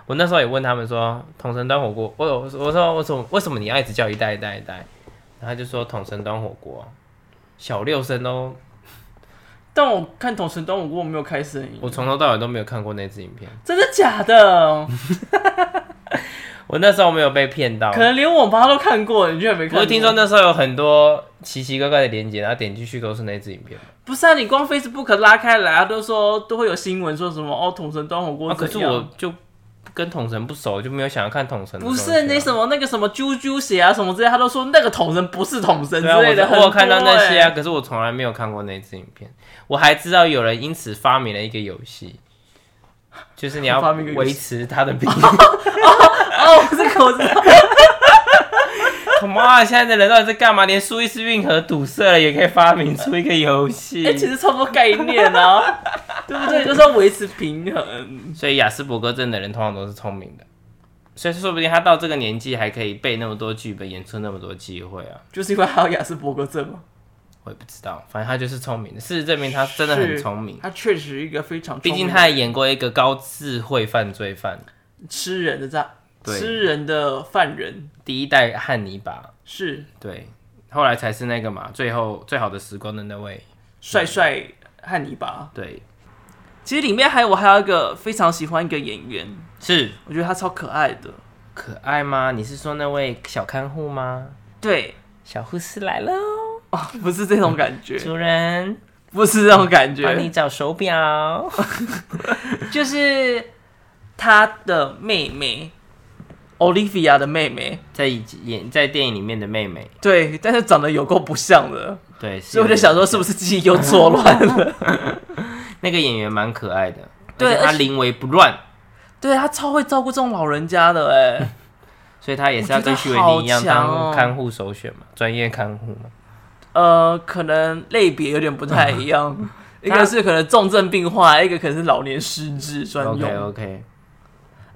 Speaker 2: 我那时候也问他们说，桶神端火锅，我有我说我说为什么为什么你要一直叫一袋一袋一袋？然后他就说桶神端火锅，啊小六声都
Speaker 1: 但我看《同城端午锅》我没有开声音，
Speaker 2: 我从头到尾都没有看过那支影片，
Speaker 1: 真的假的？
Speaker 2: 我那时候没有被骗到
Speaker 1: 可。能连我妈都看过，你居然没看过？
Speaker 2: 我听说那时候有很多奇奇怪怪的连接，然后点进去都是那支影片。
Speaker 1: 不是啊，你光 Facebook 拉开来啊，都说都会有新闻说什么哦，同城端火锅、
Speaker 2: 啊，可是我就跟桶神不熟，就没有想要看桶神的
Speaker 1: 不
Speaker 2: 东西啊。
Speaker 1: 是那什么那个什么啾啾鞋啊什么之类，他都说那个桶神不是桶神之
Speaker 2: 对啊，
Speaker 1: 类的，
Speaker 2: 我我有看到
Speaker 1: 很多
Speaker 2: 那些啊，
Speaker 1: 欸
Speaker 2: 可是我从来没有看过那支影片。我还知道有人因此发明了一个游戏，就是你要
Speaker 1: 发明一个游戏
Speaker 2: 维持他的比例。
Speaker 1: 哦，这个我知道，
Speaker 2: Come on，现在的人到底在干嘛？连苏伊士运河堵塞了也可以发明出一个游
Speaker 1: 哎、其
Speaker 2: 戏。
Speaker 1: 实差不多概念 啊，对不对？就是要维持平衡。
Speaker 2: 所以雅斯伯格症的人通常都是聪明的，所以说不定他到这个年纪还可以背那么多剧本，演出那么多机会啊。
Speaker 1: 就是因为还有雅斯伯格症嘛，
Speaker 2: 我也不知道，反正他就是聪明的。事实证明他真的很
Speaker 1: 是
Speaker 2: 聪明，
Speaker 1: 他确实一个非常聪
Speaker 2: 毕
Speaker 1: 明
Speaker 2: 竟
Speaker 1: 的
Speaker 2: 他还演过一个高智慧犯罪犯，
Speaker 1: 吃人的诈，
Speaker 2: 对
Speaker 1: 吃人的犯人
Speaker 2: 第一代汉尼拔。
Speaker 1: 是
Speaker 2: 对，后来才是那个嘛，最后最好的时光的那位。
Speaker 1: 帅帅汉尼拔。
Speaker 2: 对，
Speaker 1: 其实里面还有我还有一个非常喜欢一个演员，
Speaker 2: 是
Speaker 1: 我觉得他超可爱的。
Speaker 2: 可爱吗？你是说那位小看护吗？
Speaker 1: 对，
Speaker 2: 小护士来喽，
Speaker 1: 哦，不是这种感觉，
Speaker 2: 主人，
Speaker 1: 不是这种感
Speaker 2: 帮你
Speaker 1: 觉，
Speaker 2: 找手表。
Speaker 1: 就是他的妹妹 Olivia 的妹妹，
Speaker 2: 在演在电影里面的妹妹，
Speaker 1: 对，但是长得有够不像的，
Speaker 2: 对，是
Speaker 1: 所以我就想说是不是记忆又错乱了？
Speaker 2: 那个演员蛮可爱的，
Speaker 1: 对
Speaker 2: 而且他
Speaker 1: 而且
Speaker 2: 临危不乱，
Speaker 1: 对他超会照顾这种老人家的哎、
Speaker 2: 所以他也是要
Speaker 1: 我觉得
Speaker 2: 跟徐伟宁一样
Speaker 1: 好强
Speaker 2: 当
Speaker 1: 哦
Speaker 2: 看护首选嘛，专业看护嘛。
Speaker 1: 呃，可能类别有点不太一 样，一个是可能重症病患，一个可能是老年失智专用。
Speaker 2: OK OK，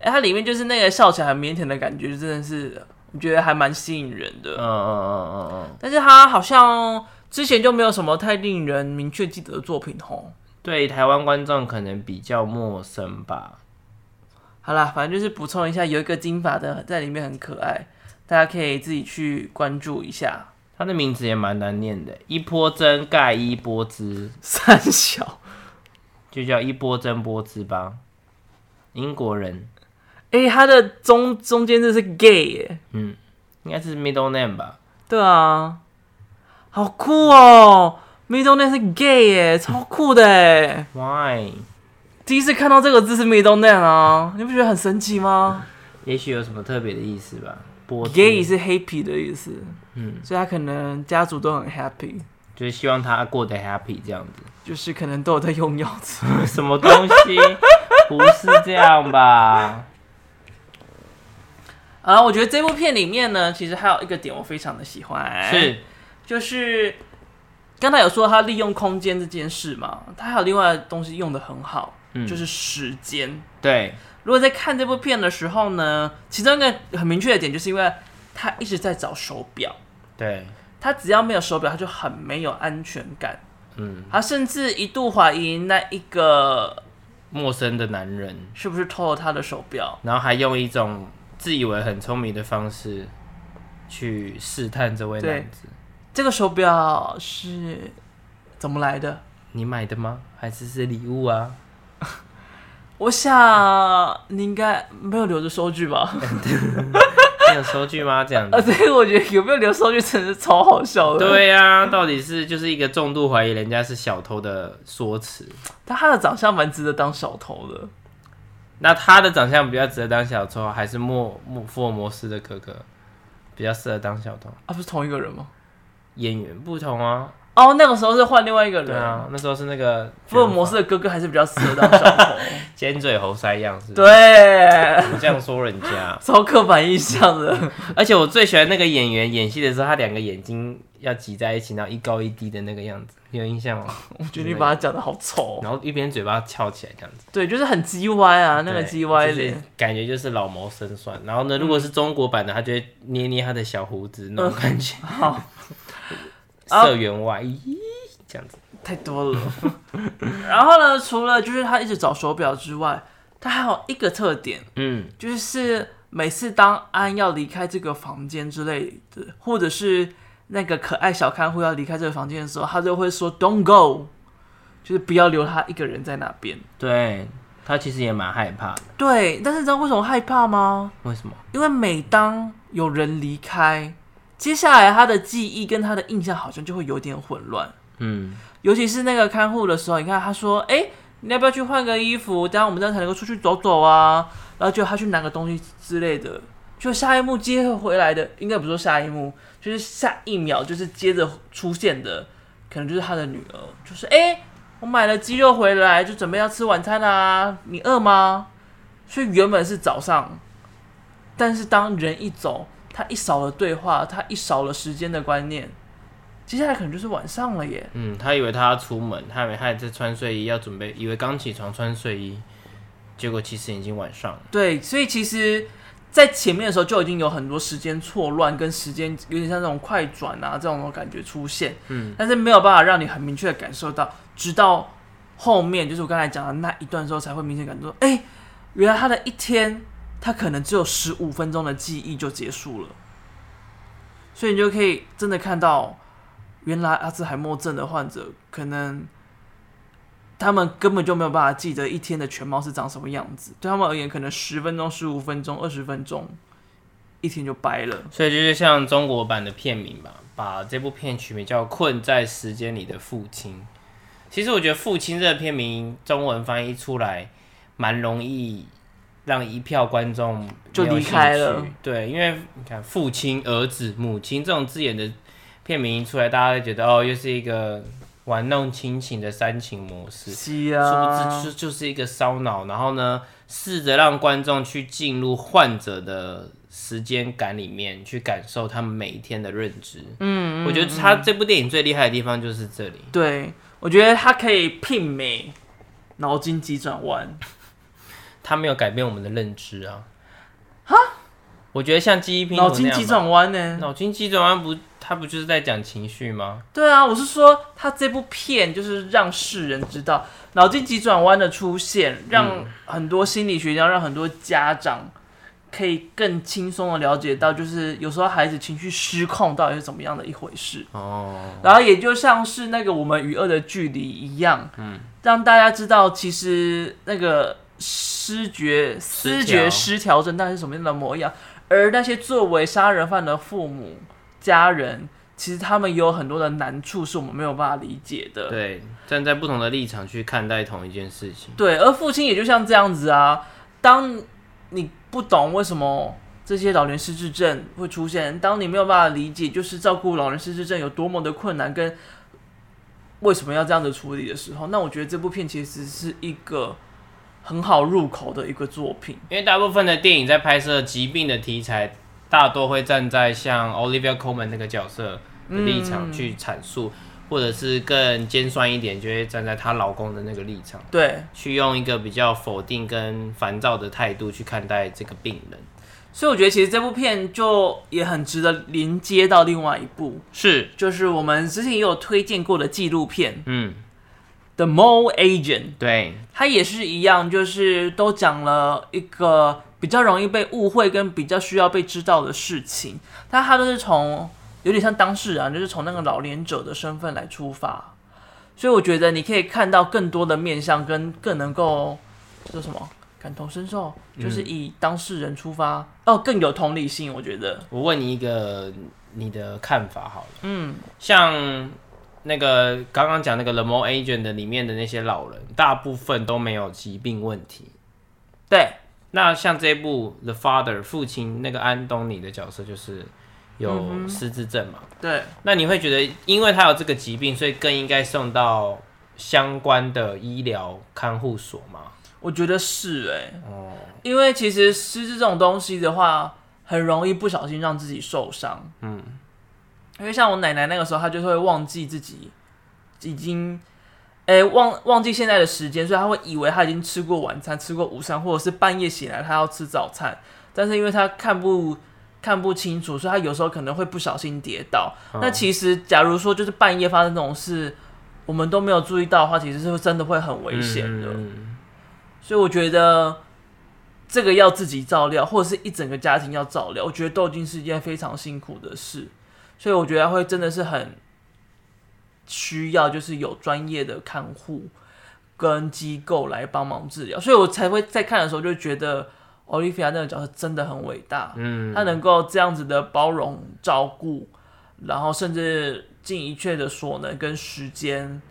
Speaker 1: 哎、它里面就是那个笑起来很腼腆的感觉，就真的是我觉得还蛮吸引人的。
Speaker 2: 嗯嗯嗯嗯嗯，
Speaker 1: 但是他好像之前就没有什么太令人明确记得的作品吼。
Speaker 2: 对台湾观众可能比较陌生吧。
Speaker 1: 好啦，反正就是补充一下，有一个金发的在里面很可爱，大家可以自己去关注一下。
Speaker 2: 他的名字也蛮难念的，一波真盖一波之，
Speaker 1: 三小，
Speaker 2: 就叫一波真波之吧。英国人，
Speaker 1: 哎、他的中中间这是 gay 耶、
Speaker 2: 嗯，应该是 middle name 吧。
Speaker 1: 对啊，好酷哦！Middle name 是 gay 耶，超酷的耶！
Speaker 2: Why？
Speaker 1: 第一次看到这个字是 Middle name 啊，你不觉得很神奇吗
Speaker 2: 也许有什么特别的意思吧。波之
Speaker 1: ？gay 是 happy 的意思，
Speaker 2: 嗯，
Speaker 1: 所以他可能家族都很 happy，
Speaker 2: 就是希望他过得 happy 这样子。
Speaker 1: 就是可能都有在用药 吃。
Speaker 2: 什么东西？不是这 样吧？
Speaker 1: 啊，我觉得这部片里面呢，其实还有一个点我非常的喜欢，
Speaker 2: 是，
Speaker 1: 就是刚才有说他利用空间这件事嘛，他还有另外的东西用的很好，
Speaker 2: 嗯
Speaker 1: 就是时间。
Speaker 2: 对，
Speaker 1: 如果在看这部片的时候呢，其中一个很明确的点，就是因为他一直在找手表，
Speaker 2: 对，
Speaker 1: 他只要没有手表，他就很没有安全感。
Speaker 2: 嗯，
Speaker 1: 他甚至一度怀疑那一个
Speaker 2: 陌生的男人，
Speaker 1: 是不是偷了他的手表。
Speaker 2: 然后还用一种自以为很聪明的方式去试探这位男子。
Speaker 1: 这个手表是怎么来的？
Speaker 2: 你买的吗？还是是礼物啊？
Speaker 1: 我想你应该没有留着收据吧？
Speaker 2: 你有收据吗？这样
Speaker 1: 啊，
Speaker 2: 子。
Speaker 1: 所以我觉得有没有留收据真的是超好笑的。，
Speaker 2: 对呀、到底是就是一个重度怀疑人家是小偷的说辞。
Speaker 1: 但他的长相蛮值得当小偷的。
Speaker 2: 那他的长相比较值得当小偷，还是莫莫福尔摩斯的哥哥比较适合当小偷？
Speaker 1: 啊，不是同一个人吗？
Speaker 2: 演员不同啊，
Speaker 1: 哦，那个时候是换另外一个人。
Speaker 2: 对啊，那时候是那个
Speaker 1: 福尔摩斯的哥哥还是比较适合当小 偷。
Speaker 2: 尖嘴猴腮样是不是，
Speaker 1: 对，。
Speaker 2: 不这样说人家
Speaker 1: 超刻板印象 的。
Speaker 2: 而且我最喜欢那个演员演戏的时候，他两个眼睛要挤在一起，然后一高一低的那个样子，你有印象 吗？
Speaker 1: 我觉得你把它讲的好丑哦。
Speaker 2: 然后一边嘴巴翘起来这样子，
Speaker 1: 对，就是很鸡歪啊，那个
Speaker 2: 对
Speaker 1: 鸡歪
Speaker 2: 就是
Speaker 1: 脸。
Speaker 2: 感觉就是老谋深算。然后呢，如果是中国版的，他就会捏捏他的小胡子那种感 觉，
Speaker 1: 好，
Speaker 2: 射员外，咦，这样子。
Speaker 1: 太多了。 然后呢，除了就是他一直找手表之外，他还有一个特点，
Speaker 2: 嗯，
Speaker 1: 就是每次当安要离开这个房间之类的，或者是那个可爱小看护要离开这个房间的时候，他就会说 “Don't go”，就是不要留他一个人在那边。
Speaker 2: 对他其实也蛮害怕的，
Speaker 1: 对，但是你知道为什么害怕吗？
Speaker 2: 为什么？
Speaker 1: 因为每当有人离开，接下来他的记忆跟他的印象好像就会有点混乱。
Speaker 2: 嗯，
Speaker 1: 尤其是那个看护的时候，你看他说：“哎、你要不要去换个衣服？等下我们这样才能够出去走走啊。”然后就他去拿个东西之类的，就下一幕接回来的，应该不是说下一幕，就是下一秒就是接着出现的，可能就是他的女儿，就是哎、诶我买了鸡肉回来，就准备要吃晚餐啦、你饿吗？所以原本是早上，但是当人一走，他一少了对话，他一少了时间的观念，接下来可能就是晚上了耶。
Speaker 2: 嗯，他以为他要出门，他以为他还在穿睡衣，要准备，以为刚起床穿睡衣，结果其实已经晚上了。
Speaker 1: 对，所以其实，在前面的时候就已经有很多时间错乱跟时间有点像那种快转啊这种感觉出现，
Speaker 2: 嗯，
Speaker 1: 但是没有办法让你很明确的感受到，直到后面就是我刚才讲的那一段时候才会明显感觉到，哎、原来他的一天，他可能只有十五分钟的记忆就结束了，所以你就可以真的看到，原来阿兹海默症的患者可能。他们根本就没有办法记得一天的全貌是长什么样子，对他们而言，可能十分钟、十五分钟、二十分钟，一天就掰了。
Speaker 2: 所以就是像中国版的片名吧，把这部片取名叫《困在时间里的父亲》。其实我觉得“父亲”这个片名中文翻译出来，蛮容易让一票观众
Speaker 1: 就
Speaker 2: 没有
Speaker 1: 离开
Speaker 2: 兴趣
Speaker 1: 了。
Speaker 2: 对，因为你看父亲、儿子、母亲这种字眼的片名一出来，大家会觉得哦，又是一个玩弄亲情的煽情模式。
Speaker 1: 是
Speaker 2: 殊不
Speaker 1: 啊
Speaker 2: 知，就就是一个烧脑，然后呢，试着让观众去进入患者的时间感里面，去感受他们每一天的认知。嗯，我觉得他这部电影最厉害的地方就是这里。
Speaker 1: 对，我觉得它可以媲美《脑筋急转弯》。
Speaker 2: 他没有改变我们的认知啊。我觉得像记忆拼图
Speaker 1: 脑
Speaker 2: 那
Speaker 1: 筋
Speaker 2: 样
Speaker 1: 急
Speaker 2: 吧，
Speaker 1: 转弯呢？
Speaker 2: 脑筋急转弯不，他不就是在讲情绪吗？
Speaker 1: 对啊，我是说他这部片就是让世人知道脑筋急转弯的出
Speaker 2: 嗯
Speaker 1: 现，让很多心理学家、让很多家长可以更轻松的了解到，就是有时候孩子情绪失控到底是怎么样的一回事。
Speaker 2: 哦，
Speaker 1: 然后也就像是那个我们与恶的距离一样，嗯，让大家知道其实那个失觉、
Speaker 2: 失
Speaker 1: 思
Speaker 2: 调
Speaker 1: 觉失调症到底是什么样的模样，而那些作为杀人犯的父母、家人，其实他们有很多的难处是我们没有办法理解的。
Speaker 2: 对，站在不同的立场去看待同一件事情。
Speaker 1: 对，而父亲也就像这样子啊，当你不懂为什么这些老年失智症会出现，当你没有办法理解就是照顾老人失智症有多么的困难，跟为什么要这样子处理的时候，那我觉得这部片其实是一个很好入口的一个作品。
Speaker 2: 因为大部分的电影在拍摄疾病的题材，大多会站在像 Olivia Colman 那个角色的立场去阐述，或者是更尖酸一点，就会站在她老公的那个立场，
Speaker 1: 对，
Speaker 2: 去用一个比较否定跟烦躁的态度去看待这个病人。
Speaker 1: 所以我觉得其实这部片就也很值得连接到另外一部，
Speaker 2: 是，
Speaker 1: 就是我们之前也有推荐过的纪录片
Speaker 2: 嗯，
Speaker 1: 《The Mole Agent》。
Speaker 2: 对，
Speaker 1: 他也是一样，就是都讲了一个比较容易被误会跟比较需要被知道的事情，但他都是从有点像当事人啊，就是从那个老年者的身份来出发，所以我觉得你可以看到更多的面向，跟更能够说什么感同身受，就是以当事人出发，哦，更有同理心，我觉得
Speaker 2: 我问你一个你的看法好了，嗯，像那个刚刚讲那个《The More Agent》的里面的那些老人，大部分都没有疾病问题。
Speaker 1: 对，
Speaker 2: 那像这一部《The Father》父亲那个安东尼的角色就是
Speaker 1: 嗯
Speaker 2: 有失智症嘛？
Speaker 1: 对，
Speaker 2: 那你会觉得，因为他有这个疾病，所以更应该送到相关的医疗看护所吗？
Speaker 1: 我觉得是哎、
Speaker 2: 哦，
Speaker 1: 因为其实失智这种东西的话，很容易不小心让自己受伤。嗯，因为像我奶奶那个时候，她就会忘记自己已经，诶、忘忘记现在的时间，所以她会以为她已经吃过晚餐、吃过午餐，或者是半夜醒来她要吃早餐，但是因为她看不。看不清楚，所以她有时候可能会不小心跌倒。
Speaker 2: 嗯
Speaker 1: 那其实，假如说就是半夜发生这种事，我们都没有注意到的话，其实是真的会很危险的。
Speaker 2: 嗯
Speaker 1: 所以我觉得这个要自己照料，或者是一整个家庭要照料，我觉得都已经是一件非常辛苦的事。所以我觉得会真的是很需要，就是有专业的看护跟机构来帮忙治疗。所以我才会在看的时候就觉得奥利菲亚那个角色真的很伟大，
Speaker 2: 嗯，
Speaker 1: 他能够这样子的包容照顾，然后甚至尽一切的所能跟时间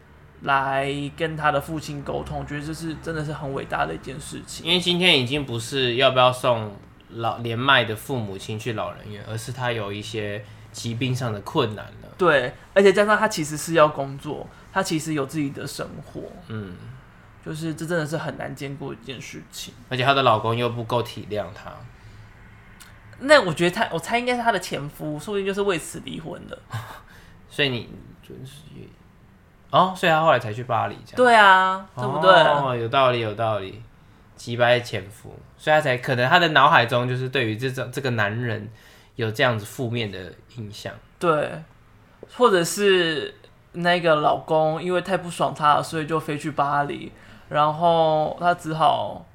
Speaker 1: 来跟他的父亲沟通，我觉得这是真的是很伟大的一件事情。
Speaker 2: 因为今天已经不是要不要送老年迈的父母亲去老人院，而是他有一些疾病上的困难了。
Speaker 1: 对，而且加上他其实是要工作，他其实有自己的生活，
Speaker 2: 嗯，
Speaker 1: 就是这真的是很难兼顾的一件事情。
Speaker 2: 而且她的老公又不够体谅她。
Speaker 1: 那我觉得他，我猜应该是他的前夫，说不定就是为此离婚的。
Speaker 2: 所以你就是哦，所以她后来才去巴黎，这样
Speaker 1: 对啊，对不对？
Speaker 2: 哦，有道理，有道理。击败前夫，所以她才可能她的脑海中就是对于这种这个男人有这样子负面的印象。
Speaker 1: 对，或者是那个老公因为太不爽她了，所以就飞去巴黎，然后她只好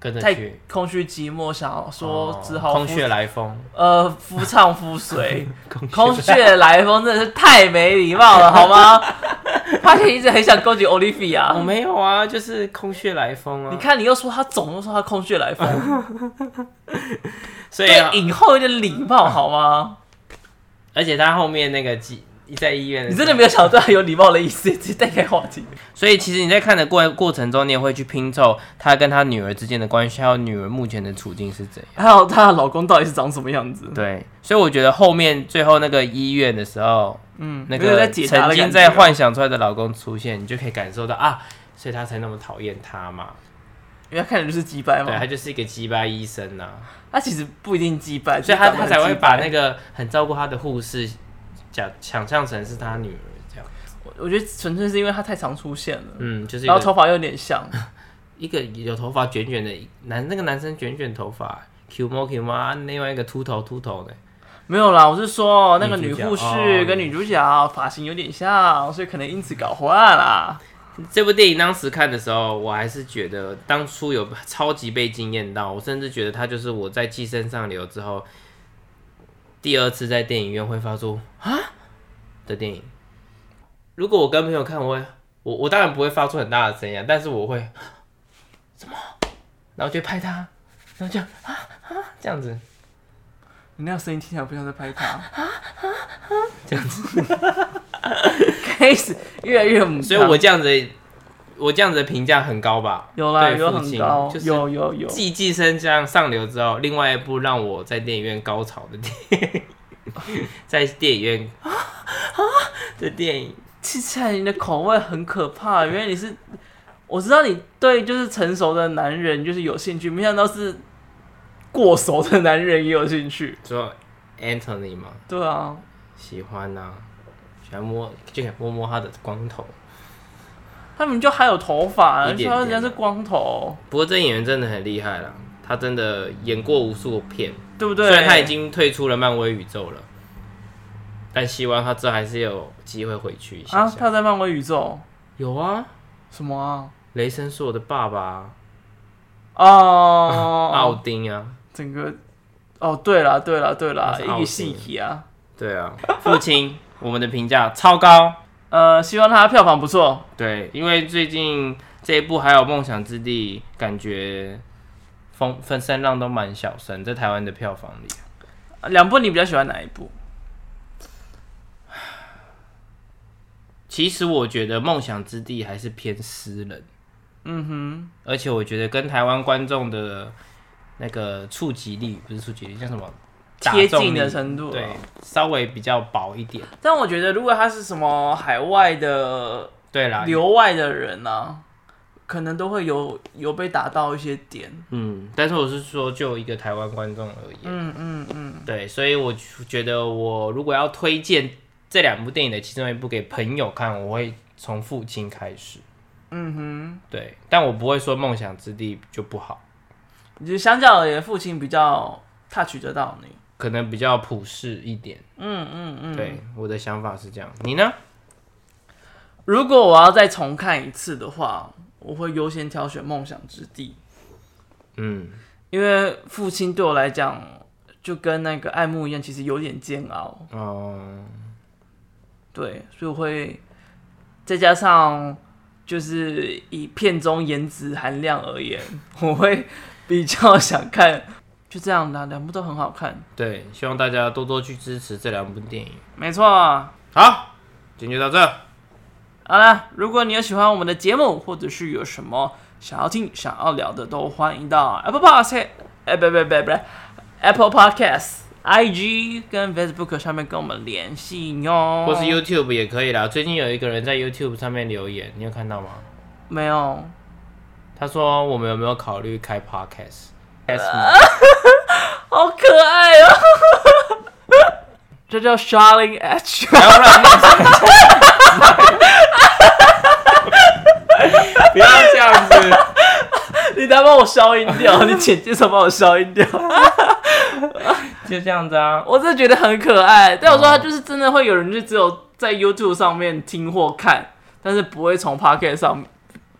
Speaker 2: 跟着
Speaker 1: 太
Speaker 2: 去，
Speaker 1: 空虚寂寞，想要说
Speaker 2: 哦
Speaker 1: 只好
Speaker 2: 空
Speaker 1: 夫
Speaker 2: 穴来风，
Speaker 1: 呃夫唱夫 随， 空
Speaker 2: 来
Speaker 1: 穴来风真的是太没礼貌了，好吗？ 发现一直很想勾起 Olivia，
Speaker 2: 我没有啊，就是空穴来风啊。
Speaker 1: 你看你又说她总又说她空穴来风，啊
Speaker 2: 所以啊啊
Speaker 1: 对影后有点礼貌好吗？
Speaker 2: 而且他后面那个记在医院的时候，
Speaker 1: 你真的没有想到有礼貌的意思，直接带开话题。
Speaker 2: 所以其实你在看的过过程中，你也会去拼凑他跟他女儿之间的关系，还有女儿目前的处境是怎样。
Speaker 1: 还有她的老公到底是长什么样子？
Speaker 2: 对，所以我觉得后面最后那个医院的时候，
Speaker 1: 嗯，
Speaker 2: 那
Speaker 1: 有点
Speaker 2: 个
Speaker 1: 在解答
Speaker 2: 曾
Speaker 1: 的
Speaker 2: 经
Speaker 1: 感
Speaker 2: 在
Speaker 1: 觉啊
Speaker 2: 幻想出来的老公出现，你就可以感受到啊，所以他才那么讨厌他嘛。
Speaker 1: 因为他看着就是鸡掰
Speaker 2: 对，他
Speaker 1: 嘛，
Speaker 2: 就是一个鸡巴医生呐、
Speaker 1: 他其实不一定鸡掰，
Speaker 2: 所以他
Speaker 1: 只
Speaker 2: 他
Speaker 1: 是长得
Speaker 2: 才
Speaker 1: 很
Speaker 2: 会
Speaker 1: 鸡
Speaker 2: 把
Speaker 1: 掰
Speaker 2: 那个很照顾他的护士想想象成是他女儿这样。
Speaker 1: 我我觉得纯粹是因为他太常出现了，
Speaker 2: 嗯，就是一
Speaker 1: 然后
Speaker 2: 个
Speaker 1: 头发又有点像，
Speaker 2: 一个有头发卷卷的男，那个男生卷卷头发，Q 毛 Q 毛，啊另外一个秃头秃头的。
Speaker 1: 没有啦，我是说那个
Speaker 2: 女
Speaker 1: 女
Speaker 2: 主角
Speaker 1: 护士
Speaker 2: 哦
Speaker 1: 跟女主角发型有点像，所以可能因此搞混啦。
Speaker 2: 这部电影当时看的时候，我还是觉得当初有超级被惊艳到，我甚至觉得它就是我在《寄生上流》之后第二次在电影院会发出啊的电影。如果我跟朋友看，我会我我当然不会发出很大的声音、啊，但是我会啊怎么，然后就拍他，然后就啊啊这样子，
Speaker 1: 你那个声音听起来不像在拍 他，这样子 开始越来越母汤，
Speaker 2: 所以我这样子我这样子的评价很高吧？
Speaker 1: 有啦，
Speaker 2: 对
Speaker 1: 有
Speaker 2: 父
Speaker 1: 很
Speaker 2: 亲
Speaker 1: 高，
Speaker 2: 就是
Speaker 1: 有有有，
Speaker 2: 继《寄生上上流》之后，另外一部让我在电影院高潮的电影， 在电影院啊的电影，
Speaker 1: 其实你的口味很可怕，原来你是，我知道你对就是成熟的男人就是有兴趣，没想到是过熟的男人也有兴趣。
Speaker 2: 说 Anthony 嘛，
Speaker 1: 对啊，
Speaker 2: 喜欢呐、喜欢摸就可以摸摸他的光头。
Speaker 1: 他们就还有头发，
Speaker 2: 一
Speaker 1: 而且
Speaker 2: 点点
Speaker 1: 人家是光头，
Speaker 2: 不过这演员真的很厉害啦，他真的演过无数片，
Speaker 1: 对不
Speaker 2: 虽
Speaker 1: 对？啊
Speaker 2: 然他已经退出了漫威宇宙了，但希望他这还是有机会回去一下
Speaker 1: 啊，
Speaker 2: 下。
Speaker 1: 他在漫威宇宙
Speaker 2: 有啊，
Speaker 1: 什么啊？
Speaker 2: 雷神是我的爸爸啊，奥
Speaker 1: 哦，
Speaker 2: 丁啊。
Speaker 1: 整个哦，对了对了对了
Speaker 2: 他，是
Speaker 1: 一
Speaker 2: 奥
Speaker 1: 个
Speaker 2: 丁
Speaker 1: 戏体啊。
Speaker 2: 对啊，父亲，我们的评价超高。
Speaker 1: 呃，希望他票房不错。
Speaker 2: 对，因为最近这一部还有《梦想之地》，感觉风分声浪都蛮小声，在台湾的票房里。
Speaker 1: 两部你比较喜欢哪一部？
Speaker 2: 其实我觉得《梦想之地》还是偏私人，
Speaker 1: 嗯
Speaker 2: 而且我觉得跟台湾观众的那个触及力不是触及力，叫什么？
Speaker 1: 哼，贴
Speaker 2: 打中
Speaker 1: 近的
Speaker 2: 力
Speaker 1: 程度。啊
Speaker 2: 对，稍微比较薄一点。
Speaker 1: 但我觉得如果他是什么海外的
Speaker 2: 对啦，
Speaker 1: 留外的人呢、啊，可能都会有有被打到一些点。
Speaker 2: 嗯，但是我是说，就一个台湾观众而言，
Speaker 1: 嗯嗯嗯，
Speaker 2: 对，所以我觉得我如果要推荐这两部电影的其中一部给朋友看，我会从《父亲》开始。嗯哼，对，但我不会说《梦想之地》就不好，
Speaker 1: 你就相较而言，父亲比较 touch 得到你。
Speaker 2: 可能比较普世一点。
Speaker 1: 嗯嗯嗯。
Speaker 2: 对，我的想法是这样。你呢？
Speaker 1: 如果我要再重看一次的话，我会优先挑选《梦想之地》，
Speaker 2: 嗯，
Speaker 1: 因为父亲对我来讲就跟那个爱慕一样，其实有点煎熬。
Speaker 2: 哦、
Speaker 1: 对，所以我会再加上就是以片中颜值含量而言，我会比较想看，就这样啦，两部都很好看，
Speaker 2: 对，希望大家多多去支持这两部电影。
Speaker 1: 没错。好
Speaker 2: 好，今天就到这，
Speaker 1: 啦，如果你有喜欢我们的节目，或者是有什么想要听、想要聊的，都欢迎到 Apple Podcast，哎，不不不不，Apple Podcast。IG 跟 Facebook 上面跟我们联系哟，
Speaker 2: 或是 YouTube 也可以啦。最近有一个人在 YouTube 上面留言，你有看到吗？
Speaker 1: 没有？
Speaker 2: 他说我们有没有考虑开 Podcast？
Speaker 1: 好可爱哦、 这叫 Charling H。
Speaker 2: 不要乱念人家不要这样子。
Speaker 1: 你等下帮我消音 掉，你剪接手帮我消音掉。
Speaker 2: 就这样子啊。
Speaker 1: 我真的觉得很可爱。但我说，
Speaker 2: 哦
Speaker 1: 他就是真的会有人就只有在 YouTube 上面听或看，但是不会从 Pocket 上，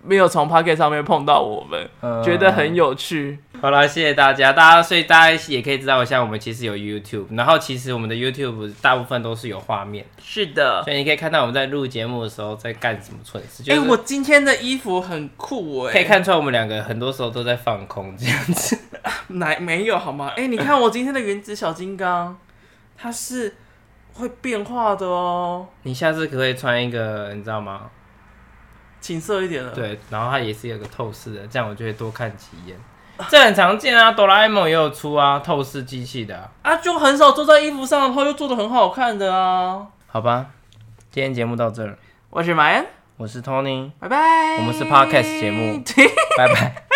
Speaker 1: 没有从 Pocket 上面碰到我们，
Speaker 2: 嗯
Speaker 1: 觉得很有趣。
Speaker 2: 好了，谢谢大家，大家所以大家也可以知道一下，我们其实有 YouTube，然后其实我们的 YouTube 大部分都是有画面，
Speaker 1: 是的。
Speaker 2: 所以你可以看到我们在录节目的时候在干什么蠢事，
Speaker 1: 哎、
Speaker 2: 就是
Speaker 1: 我今天的衣服很酷哎、
Speaker 2: 可以看出来我们两个很多时候都在放空这样子。
Speaker 1: 哪没有好吗？哎、你看我今天的原子小金刚，它是会变化的哦，
Speaker 2: 你下次可不可以穿一个，你知道吗？
Speaker 1: 情色一点的。
Speaker 2: 对，然后它也是有个透视的，这样我就会多看几眼。这很常见啊，哆啦 A 梦也有出啊，透视机器的啊、
Speaker 1: 啊，就很少做在衣服上，然后又做的很好看的啊。
Speaker 2: 好吧，今天节目到这儿，
Speaker 1: 我是马恩，
Speaker 2: 我是 Tony，
Speaker 1: 拜拜。
Speaker 2: 我们是 podcast 节目拜拜。